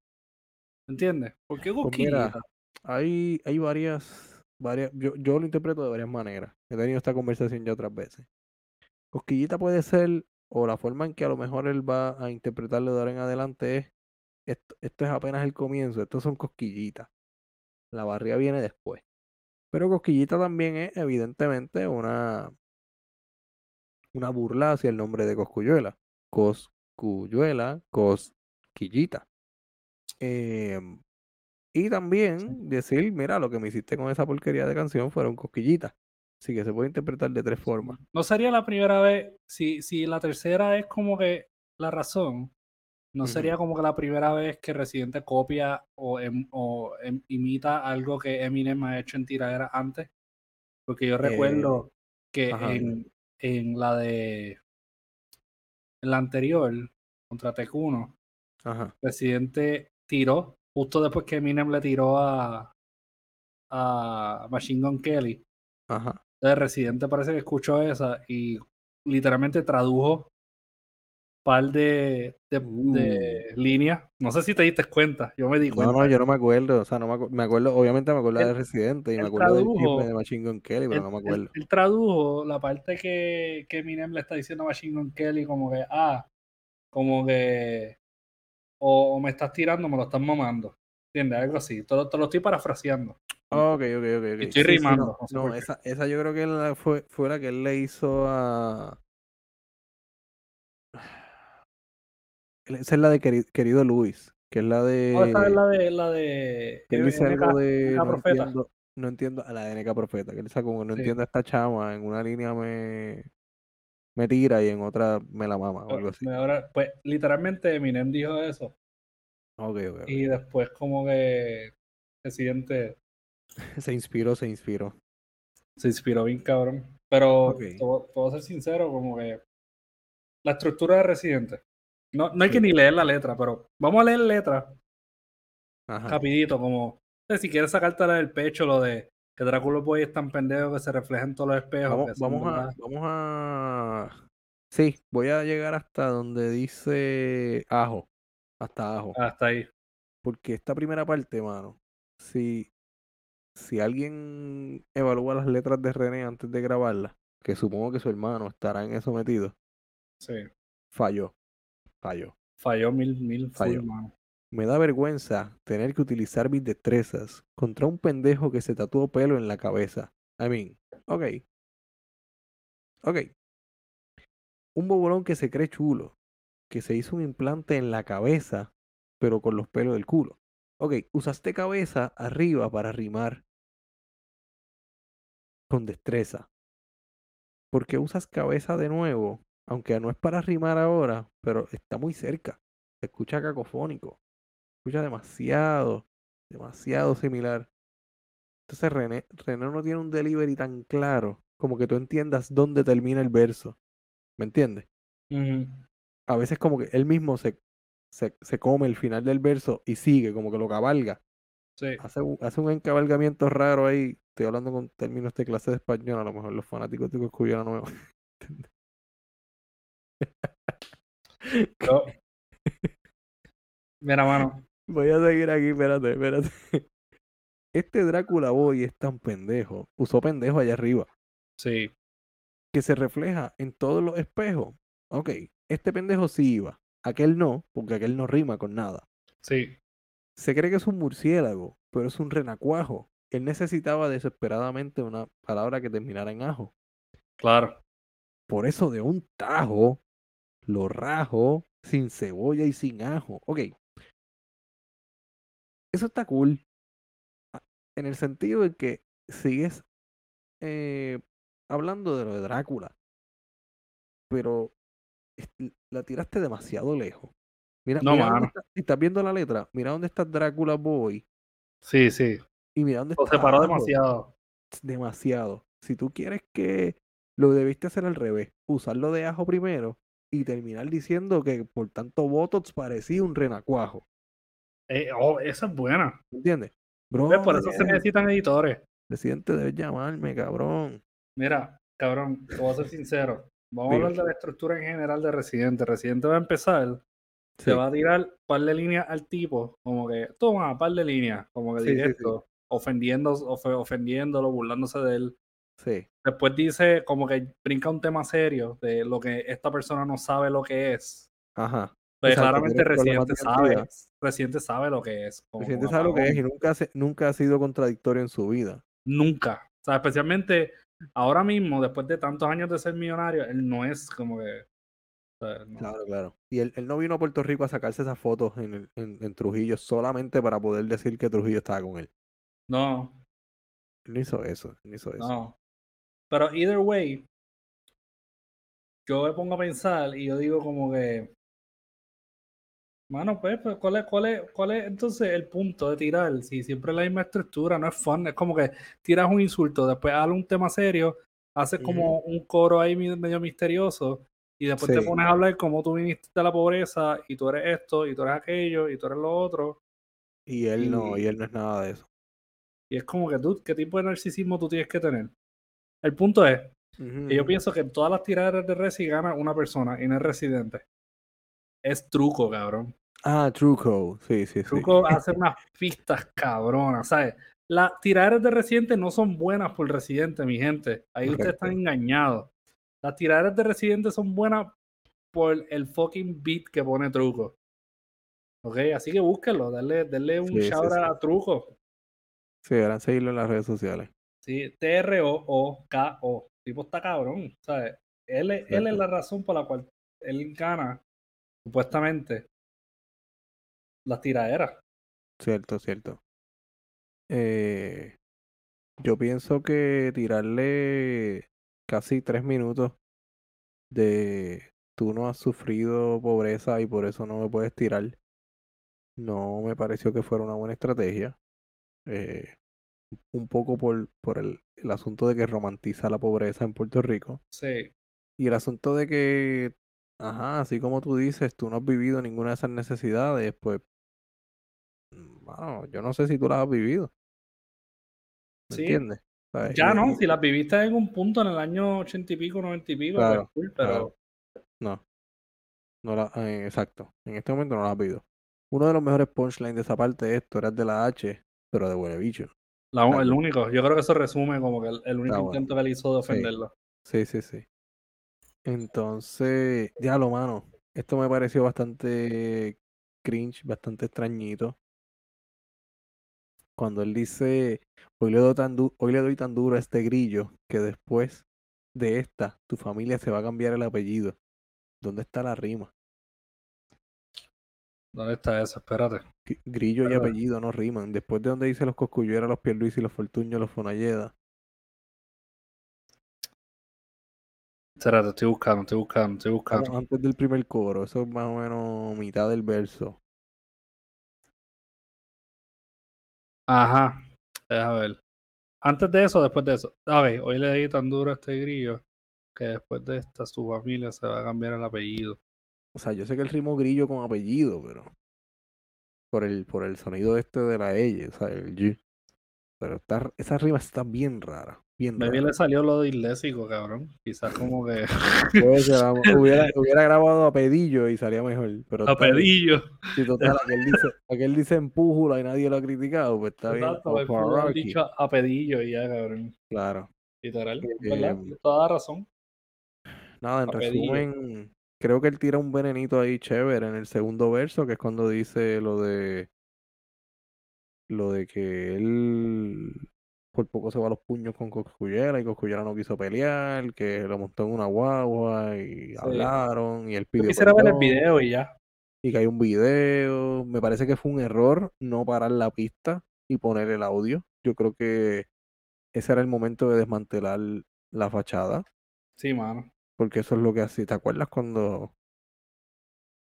Speaker 2: ¿Entiendes? ¿Por qué
Speaker 1: Pues mira,
Speaker 2: cosquillita?
Speaker 1: hay, hay varias, varias yo, yo lo interpreto de varias maneras. He tenido esta conversación ya otras veces. Cosquillita puede ser, o la forma en que a lo mejor él va a interpretarlo de ahora en adelante es, esto, esto es apenas el comienzo, estos son cosquillitas. La barriga viene después. Pero cosquillita también es evidentemente una, una burla hacia el nombre de Coscuyuela. Coscuyuela, Cosquillita. Em, y también decir, mira, lo que me hiciste con esa porquería de canción fueron cosquillitas. Así que se puede interpretar de tres formas.
Speaker 2: No sería la primera vez. Si, si la tercera es como que la razón, no
Speaker 1: Ujú.
Speaker 2: sería como que la primera vez que Residente copia o, em- o em- imita algo que Eminem ha hecho en tiradera antes. Porque yo recuerdo que
Speaker 1: Eh, ajá.
Speaker 2: en, en la de. En la anterior, contra Tecuno,
Speaker 1: Ajá.
Speaker 2: Residente tiró, justo después que Eminem le tiró a. a Machine Gun Kelly.
Speaker 1: Ajá.
Speaker 2: Entonces, Residente parece que escuchó esa y literalmente tradujo par de, de, de líneas. No sé si te diste cuenta, yo me di
Speaker 1: Uh. No,
Speaker 2: cuenta.
Speaker 1: no, yo no me acuerdo. O sea, no me, acu- me acuerdo, obviamente me acuerdo
Speaker 2: Él-
Speaker 1: de Residente y me
Speaker 2: él
Speaker 1: acuerdo del chisme
Speaker 2: tradujo-
Speaker 1: de Machine Gun Kelly, pero
Speaker 2: él,
Speaker 1: no me
Speaker 2: él-
Speaker 1: acuerdo.
Speaker 2: él tradujo la parte que, que Eminem le está diciendo a Machine Gun Kelly como que, ah, como que, o, o me estás tirando, me lo estás mamando. ¿Entiendes? Algo así. Te lo, te lo estoy parafraseando.
Speaker 1: Ok, ok, ok, ok.
Speaker 2: estoy
Speaker 1: Sí, sí,
Speaker 2: rimando,
Speaker 1: no,
Speaker 2: no sé
Speaker 1: no,
Speaker 2: por qué.
Speaker 1: esa, esa yo creo que la fue, fue la que él le hizo a. Esa es la de queri- Querido Luis, que es la de.
Speaker 2: No, esa es la de... La de
Speaker 1: que él dice
Speaker 2: MK
Speaker 1: algo de.
Speaker 2: MK
Speaker 1: No
Speaker 2: Profeta.
Speaker 1: entiendo, no entiendo. A la de NK Profeta, que él dice como no
Speaker 2: Sí.
Speaker 1: entiendo a esta chama, en una línea me. Me tira y en otra me la mama o algo así.
Speaker 2: Ahora, pues literalmente Eminem dijo eso.
Speaker 1: Ok, ok, ok.
Speaker 2: Y después como que Residente
Speaker 1: Se inspiró, se inspiró.
Speaker 2: se inspiró bien cabrón. Pero
Speaker 1: Ok.
Speaker 2: te voy- te voy a ser sincero, como que la estructura de Residente. No, no hay que
Speaker 1: Sí.
Speaker 2: ni leer la letra, pero vamos a leer letra
Speaker 1: Ajá.
Speaker 2: rapidito, como eh, si quieres sacártela del pecho lo de que Drácula Boy es tan pendejo que se refleja en todos los espejos.
Speaker 1: Vamos,
Speaker 2: que son
Speaker 1: vamos a,
Speaker 2: verdad.
Speaker 1: vamos a. Sí, voy a llegar hasta donde dice ajo. Hasta ajo.
Speaker 2: Hasta ahí.
Speaker 1: Porque esta primera parte, mano, si, si alguien evalúa las letras de René antes de grabarlas, que supongo que su hermano estará en eso metido,
Speaker 2: Sí.
Speaker 1: falló. Falló.
Speaker 2: Falló mil, mil full,
Speaker 1: Falló.
Speaker 2: mano.
Speaker 1: Me da vergüenza tener que utilizar mis destrezas contra un pendejo que se tatuó pelo en la cabeza. I mean, ok. Ok. Un bobolón que se cree chulo, que se hizo un implante en la cabeza, pero con los pelos del culo. Ok, usaste cabeza arriba para rimar con destreza. ¿Por qué usas cabeza de nuevo? Aunque no es para rimar ahora, pero está muy cerca. Se escucha cacofónico. Se escucha demasiado, demasiado similar. Entonces René, René no tiene un delivery tan claro como que tú entiendas dónde termina el verso. ¿Me entiendes?
Speaker 2: Ujú.
Speaker 1: A veces como que él mismo se, se, se come el final del verso y sigue, como que lo cabalga.
Speaker 2: Sí.
Speaker 1: hace un, hace un encabalgamiento raro ahí. Estoy hablando con términos de clase de español, a lo mejor los fanáticos de Coscuyola no me van a entender.
Speaker 2: Yo- Mira, mano.
Speaker 1: Voy a seguir aquí, espérate, espérate. Este Drácula Boy es tan pendejo, usó pendejo allá arriba,
Speaker 2: Sí.
Speaker 1: que se refleja en todos los espejos. Ok, este pendejo sí iba, aquel no, porque aquel no rima con nada.
Speaker 2: Sí.
Speaker 1: Se cree que es un murciélago, pero es un renacuajo. Él necesitaba desesperadamente una palabra que terminara en ajo.
Speaker 2: Claro.
Speaker 1: Por eso de un tajo lo rajo sin cebolla y sin ajo. Ok. Eso está cool. a- En el sentido de que sigues eh, hablando de lo de Drácula. Pero es- l- la tiraste demasiado lejos. Mira,
Speaker 2: No,
Speaker 1: mira dónde
Speaker 2: mano.
Speaker 1: está- si estás viendo la letra, mira dónde está Drácula Boy
Speaker 2: Sí, sí.
Speaker 1: y mira dónde
Speaker 2: Lo
Speaker 1: está
Speaker 2: separó
Speaker 1: ajo
Speaker 2: demasiado.
Speaker 1: demasiado. Si tú quieres que lo debiste hacer al revés, usarlo de ajo primero y terminar diciendo que por tanto Botox parecía un renacuajo.
Speaker 2: Eh, oh, esa es buena.
Speaker 1: ¿Me ¿Entiendes?
Speaker 2: ¿Ves?
Speaker 1: Bro,
Speaker 2: Por eso se necesitan editores.
Speaker 1: presidente, debes llamarme, cabrón.
Speaker 2: Mira, cabrón, te voy a ser sincero. Vamos
Speaker 1: Dime.
Speaker 2: a hablar de la estructura en general de Residente. Residente va a empezar, se
Speaker 1: Sí.
Speaker 2: va a tirar un par de líneas al tipo, como que, toma, un par de líneas, como que
Speaker 1: Sí, sí, sí.
Speaker 2: directo, ofendiendo, ofe- ofendiéndolo, burlándose de él.
Speaker 1: Sí,
Speaker 2: Después dice, como que brinca un tema serio de lo que esta persona no sabe lo que es.
Speaker 1: ajá.
Speaker 2: Pues
Speaker 1: Exacto,
Speaker 2: claramente
Speaker 1: tiene problemas
Speaker 2: Residente
Speaker 1: de
Speaker 2: sabe,
Speaker 1: identidad.
Speaker 2: Residente sabe lo que es. como
Speaker 1: Presidente
Speaker 2: un
Speaker 1: sabe lo que es y
Speaker 2: apagón.
Speaker 1: nunca, se- nunca ha sido contradictorio en su vida.
Speaker 2: Nunca. O sea, especialmente ahora mismo, después de tantos años de ser millonario, él no es como que. o sea, no.
Speaker 1: Claro, claro. Y él, él no vino a Puerto Rico a sacarse esas fotos en, el- en- en Trujillo solamente para poder decir que Trujillo estaba con él.
Speaker 2: No,
Speaker 1: Él no hizo eso, él no hizo eso.
Speaker 2: no. Pero either way, yo me pongo a pensar y yo digo como que. Mano, pues, pues, ¿cuál, es, cuál, es, ¿cuál es entonces el punto de tirar? Si siempre es la misma estructura, no es fun, es como que tiras un insulto, después hablas un tema serio, haces
Speaker 1: Ujú.
Speaker 2: como un coro ahí mi- medio misterioso, y después te
Speaker 1: Sí.
Speaker 2: pones a hablar como tú viniste de la pobreza, y tú eres esto, y tú eres aquello, y tú eres lo otro.
Speaker 1: Y él no,
Speaker 2: Y-
Speaker 1: y él no es nada de eso.
Speaker 2: Y es como que, dude, ¿qué tipo de narcisismo tú tienes que tener? El punto es que yo
Speaker 1: Ujú.
Speaker 2: pienso que en todas las tiradas de Resi gana una persona y no es residente. Es truco, cabrón.
Speaker 1: Ah, Truco. Sí, sí, sí.
Speaker 2: Truco hace unas pistas cabronas, ¿sabes? Las tiraderas de residente no son buenas por residente, mi gente. Ahí ustedes
Speaker 1: Correcto.
Speaker 2: están engañados. Las tiraderas de residente son buenas por el fucking beat que pone truco. Ok, así que búsquenlo, darle, darle un
Speaker 1: Sí, sí,
Speaker 2: shout
Speaker 1: sí.
Speaker 2: a truco.
Speaker 1: Sí, deberán seguirlo en las redes sociales.
Speaker 2: Sí, T-R-O-O-K-O. El tipo está cabrón, ¿sabes? Él, es- él es
Speaker 1: Exacto.
Speaker 2: la razón por la cual él gana, supuestamente, las tiraderas.
Speaker 1: Cierto, cierto. Eh, yo pienso que tirarle casi tres minutos de tú no has sufrido pobreza y por eso no me puedes tirar. No me pareció que fuera una buena estrategia. Eh, un poco por, por el, el asunto de que romantiza la pobreza en Puerto Rico.
Speaker 2: Sí,
Speaker 1: Y el asunto de que, ajá, así como tú dices, tú no has vivido ninguna de esas necesidades, pues, mm, bueno, yo no sé si tú las has vivido, ¿me
Speaker 2: sí.
Speaker 1: entiendes? ¿Sabes? Eh,
Speaker 2: Ya
Speaker 1: Y-
Speaker 2: no,
Speaker 1: y-
Speaker 2: si las viviste en un punto en el año ochenta y pico, noventa y pico,
Speaker 1: Claro,
Speaker 2: pues cool, pero
Speaker 1: claro. No, no la, eh, exacto, en este momento no las has vivido. Uno de los mejores punchlines de esa parte es, tú eras de la H, pero de huele bicho.
Speaker 2: la-
Speaker 1: Está
Speaker 2: el
Speaker 1: cool.
Speaker 2: único, yo creo que eso resume como que el, el único
Speaker 1: Está bueno.
Speaker 2: intento que él hizo de ofenderlo.
Speaker 1: Sí, sí, sí. Entonces, ya lo mano, esto me pareció bastante cringe, bastante extrañito. cuando él dice, hoy le doy tan, du- hoy le doy tan duro a este grillo que después de esta, tu familia se va a cambiar el apellido. ¿Dónde está la rima?
Speaker 2: ¿Dónde está eso? Espérate.
Speaker 1: Gri- Grillo y
Speaker 2: Verdad.
Speaker 1: apellido no riman. Después de donde dice los Cosculluera, los Pierluisi, los Fortuño, los Fonalleda.
Speaker 2: Espérate, estoy buscando, estoy buscando, estoy
Speaker 1: Estamos
Speaker 2: buscando.
Speaker 1: antes del primer coro, eso es más o menos mitad del verso.
Speaker 2: Ajá. Deja ver. Antes de eso, después de eso. A ver, hoy le di tan duro a este grillo que después de esta su familia se va a cambiar el apellido.
Speaker 1: O sea, yo sé que el ritmo grillo con apellido, pero por el, por el sonido este de la L, o sea, el G. Pero está r- esa rima está bien rara, bien
Speaker 2: Maybe
Speaker 1: rara.
Speaker 2: le salió lo de islésico, cabrón. Quizás como que
Speaker 1: Puede ser, a lo mejor hubiera, hubiera grabado a pedillo y salía mejor. Pero
Speaker 2: a
Speaker 1: está bien.
Speaker 2: pedillo.
Speaker 1: Si total, aquel dice, aquel dice empújula y nadie lo ha criticado, pues está bien.
Speaker 2: Exacto, él pudo haber
Speaker 1: Paparaki,
Speaker 2: dicho a pedillo y ya, cabrón.
Speaker 1: Claro.
Speaker 2: Literal,
Speaker 1: Eh,
Speaker 2: ¿verdad?
Speaker 1: em,
Speaker 2: Toda razón.
Speaker 1: Nada, en
Speaker 2: A pedillo.
Speaker 1: resumen, creo que él tira un venenito ahí chévere en el segundo verso, que es cuando dice lo de lo de que él por poco se va a los puños con Coscullera y Coscullera no quiso pelear, que lo montó en una guagua y
Speaker 2: Sí.
Speaker 1: hablaron y él
Speaker 2: Yo
Speaker 1: pidió
Speaker 2: quisiera ver el
Speaker 1: perdón,
Speaker 2: video y ya.
Speaker 1: y que hay un video. Me parece que fue un error no parar la pista y poner el audio. Yo creo que ese era el momento de desmantelar la fachada.
Speaker 2: Sí, mano.
Speaker 1: Porque eso es lo que hacía. ¿Te acuerdas cuando,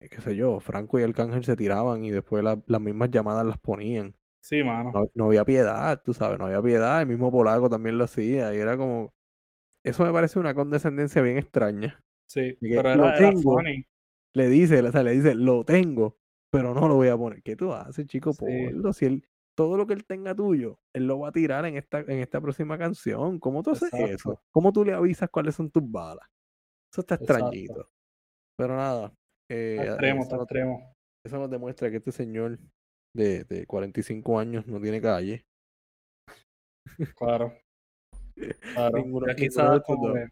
Speaker 1: eh, qué sé yo, Franco y Arcángel se tiraban y después la- las mismas llamadas las ponían?
Speaker 2: Sí, mano.
Speaker 1: No, no había piedad, tú sabes, no había piedad. El mismo Polaco también lo hacía y era como... Eso me parece una condescendencia bien extraña.
Speaker 2: Sí,
Speaker 1: que
Speaker 2: pero
Speaker 1: lo
Speaker 2: era, era
Speaker 1: tengo. Eh,
Speaker 2: funny.
Speaker 1: Le dice, o sea, le dice, lo tengo, pero no lo voy a poner. ¿Qué tú haces, chico?
Speaker 2: Sí.
Speaker 1: Ponlo. Si él, todo lo que él tenga tuyo, él lo va a tirar en esta, en esta próxima canción. ¿Cómo tú haces
Speaker 2: Exacto.
Speaker 1: eso? ¿Cómo tú le avisas cuáles son tus balas? Eso está
Speaker 2: Exacto.
Speaker 1: extrañito. Pero nada, eh,
Speaker 2: Está
Speaker 1: a-
Speaker 2: extremo,
Speaker 1: eso,
Speaker 2: está
Speaker 1: nos,
Speaker 2: extremo.
Speaker 1: eso nos demuestra que este señor de, de 45 años no tiene calle.
Speaker 2: Claro.
Speaker 1: Ninguno-
Speaker 2: Claro. Ya
Speaker 1: ninguno de
Speaker 2: quizás
Speaker 1: estos
Speaker 2: como
Speaker 1: dos.
Speaker 2: que-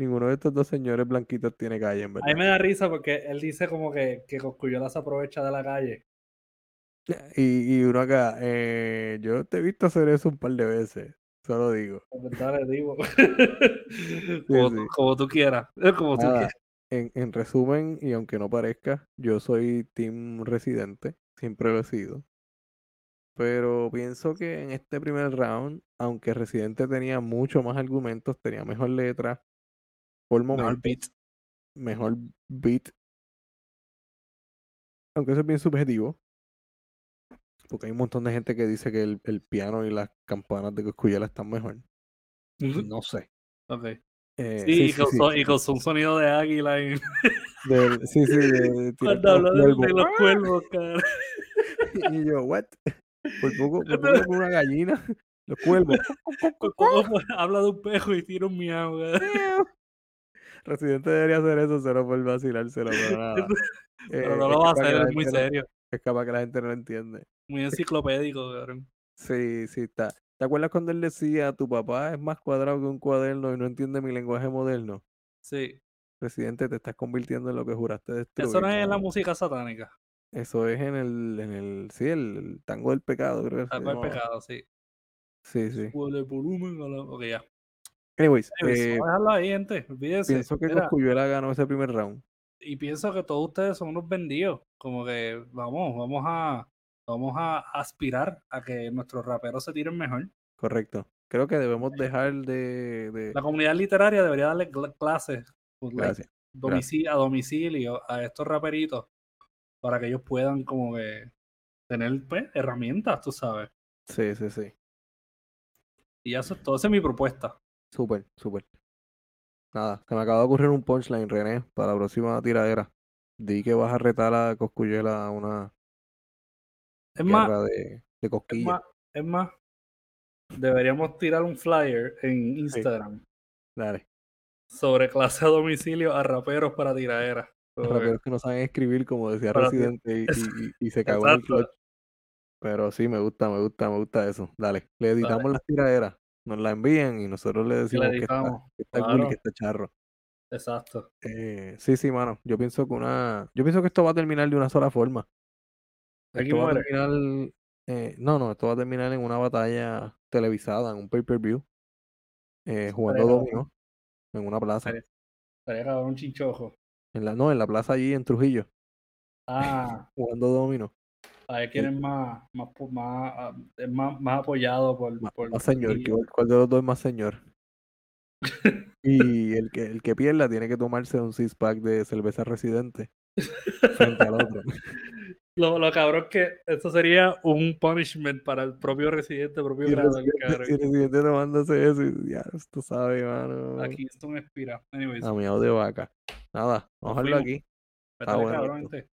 Speaker 1: Ninguno de estos dos señores blanquitos tiene calle, en
Speaker 2: A mí
Speaker 1: verdad.
Speaker 2: me da risa porque él dice como que, que Coscuyola se aprovecha de la calle.
Speaker 1: Y, y uno acá, eh, yo te he visto hacer eso un par de veces, solo digo.
Speaker 2: En verdad le digo. como, tú,
Speaker 1: sí.
Speaker 2: como tú quieras. eh, Como tú
Speaker 1: Nada,
Speaker 2: quieras.
Speaker 1: en, en resumen, y aunque no parezca, yo soy team residente, siempre lo he sido. Pero pienso que en este primer round, aunque Residente tenía mucho más argumentos, tenía mejor letra, por
Speaker 2: Mejor
Speaker 1: momentos,
Speaker 2: beat.
Speaker 1: mejor beat. Aunque eso es bien subjetivo. Porque hay un montón de gente que dice que el, el piano y las campanas de Coscuyela están mejor. No sé.
Speaker 2: Ok.
Speaker 1: Eh,
Speaker 2: Sí, y, causó, y causó un sonido de águila en-
Speaker 1: del- sí, sí, de- tirar
Speaker 2: cuando
Speaker 1: con
Speaker 2: habló de,
Speaker 1: los
Speaker 2: de los
Speaker 1: cuervos. ¡Ah!
Speaker 2: cuervos, cabrón.
Speaker 1: Y yo, ¿what? Pues Por poco, por poco con una gallina. Los cuervos.
Speaker 2: Pues Como Habla de un pejo y tira un miau,
Speaker 1: Eh,
Speaker 2: cabrón.
Speaker 1: Residente debería hacer eso solo por vacilárselo, pero nada.
Speaker 2: Pero
Speaker 1: Eh,
Speaker 2: no
Speaker 1: es
Speaker 2: lo va
Speaker 1: capaz
Speaker 2: a
Speaker 1: que
Speaker 2: hacer,
Speaker 1: la
Speaker 2: es muy
Speaker 1: gente no-
Speaker 2: serio.
Speaker 1: es capaz que la gente no lo entiende.
Speaker 2: Muy enciclopédico, cabrón.
Speaker 1: Sí, sí, está. ¿Te acuerdas cuando él decía, tu papá es más cuadrado que un cuaderno y no entiende mi lenguaje moderno?
Speaker 2: Sí.
Speaker 1: Presidente, te estás convirtiendo en lo que juraste destruir.
Speaker 2: Eso no es en la
Speaker 1: mano.
Speaker 2: música satánica.
Speaker 1: Eso es en el, en el, sí, el, el tango del pecado, creo que se
Speaker 2: Tal cual
Speaker 1: llamaba.
Speaker 2: pecado, sí.
Speaker 1: Sí, sí.
Speaker 2: Sube el volumen. a la- Ok, ya.
Speaker 1: Anyways,
Speaker 2: Anyways,
Speaker 1: eh,
Speaker 2: vamos a dejarlo ahí, gente. Olvídense.
Speaker 1: pienso que
Speaker 2: Mira,
Speaker 1: Cosculluela ganó ese primer round.
Speaker 2: y pienso que todos ustedes son unos vendidos. Como que vamos, vamos a, vamos a aspirar a que nuestros raperos se tiren mejor.
Speaker 1: Correcto. Creo que debemos dejar de... de-
Speaker 2: La comunidad literaria debería darle cla- clases pues, like,
Speaker 1: Gracias.
Speaker 2: domici- a domicilio a estos raperitos para que ellos puedan como que tener pues, herramientas, tú sabes.
Speaker 1: Sí, sí, sí.
Speaker 2: Y ya eso es todo. Esa es mi propuesta.
Speaker 1: Súper, súper. Nada, se me acaba de ocurrir un punchline, René, para la próxima tiradera. Di que vas a retar a Cosculluela a una
Speaker 2: Es más,
Speaker 1: guerra de, de
Speaker 2: es
Speaker 1: cosquillas.
Speaker 2: más, es más, deberíamos tirar un flyer en Instagram
Speaker 1: Dale.
Speaker 2: sobre clase a domicilio a raperos para tiraderas.
Speaker 1: Los
Speaker 2: Como que-
Speaker 1: raperos que no saben escribir, como decía
Speaker 2: eh, Para ti-
Speaker 1: Residente, y,
Speaker 2: es-
Speaker 1: y- y- y se cagó en el
Speaker 2: exacto.
Speaker 1: clutch. Pero sí, me gusta, me gusta, me gusta eso. Dale, le editamos las tiraderas, nos la envían y nosotros le
Speaker 2: que la
Speaker 1: decimos que está,
Speaker 2: editamos.
Speaker 1: que está cool y
Speaker 2: claro.
Speaker 1: que está charro.
Speaker 2: Exacto.
Speaker 1: Eh, sí, sí, mano. Yo pienso que una, yo pienso que esto va a terminar de una sola forma.
Speaker 2: Aquí
Speaker 1: Esto va a
Speaker 2: muere.
Speaker 1: terminar, eh, no, no, esto va a terminar en una batalla televisada, en un pay-per-view, eh, jugando
Speaker 2: cabrón.
Speaker 1: dominó en una plaza.
Speaker 2: Estaría- Estaría cabrón un chinchojo.
Speaker 1: En la, no, en la plaza allí en Trujillo,
Speaker 2: Ah,
Speaker 1: jugando dominó.
Speaker 2: a ver quién es más, más, po- más, ah, es más, más apoyado por,
Speaker 1: Más,
Speaker 2: por
Speaker 1: más señor,
Speaker 2: Trujillo.
Speaker 1: ¿cuál cuál de los dos es más señor? Y el que, el que pierda tiene que tomarse un six pack de cerveza residente frente al otro.
Speaker 2: Lo, lo cabrón que esto sería un punishment para el propio residente, propio
Speaker 1: Y
Speaker 2: grado,
Speaker 1: residente, y
Speaker 2: cabrón.
Speaker 1: residente tomándose eso. Y, ya, tú sabes, mano.
Speaker 2: Aquí esto me inspira. Anyways,
Speaker 1: A miau de vaca. Nada, vamos a dejarlo
Speaker 2: fuimos.
Speaker 1: aquí.
Speaker 2: vete
Speaker 1: bueno,
Speaker 2: cabrón,
Speaker 1: listo.
Speaker 2: gente.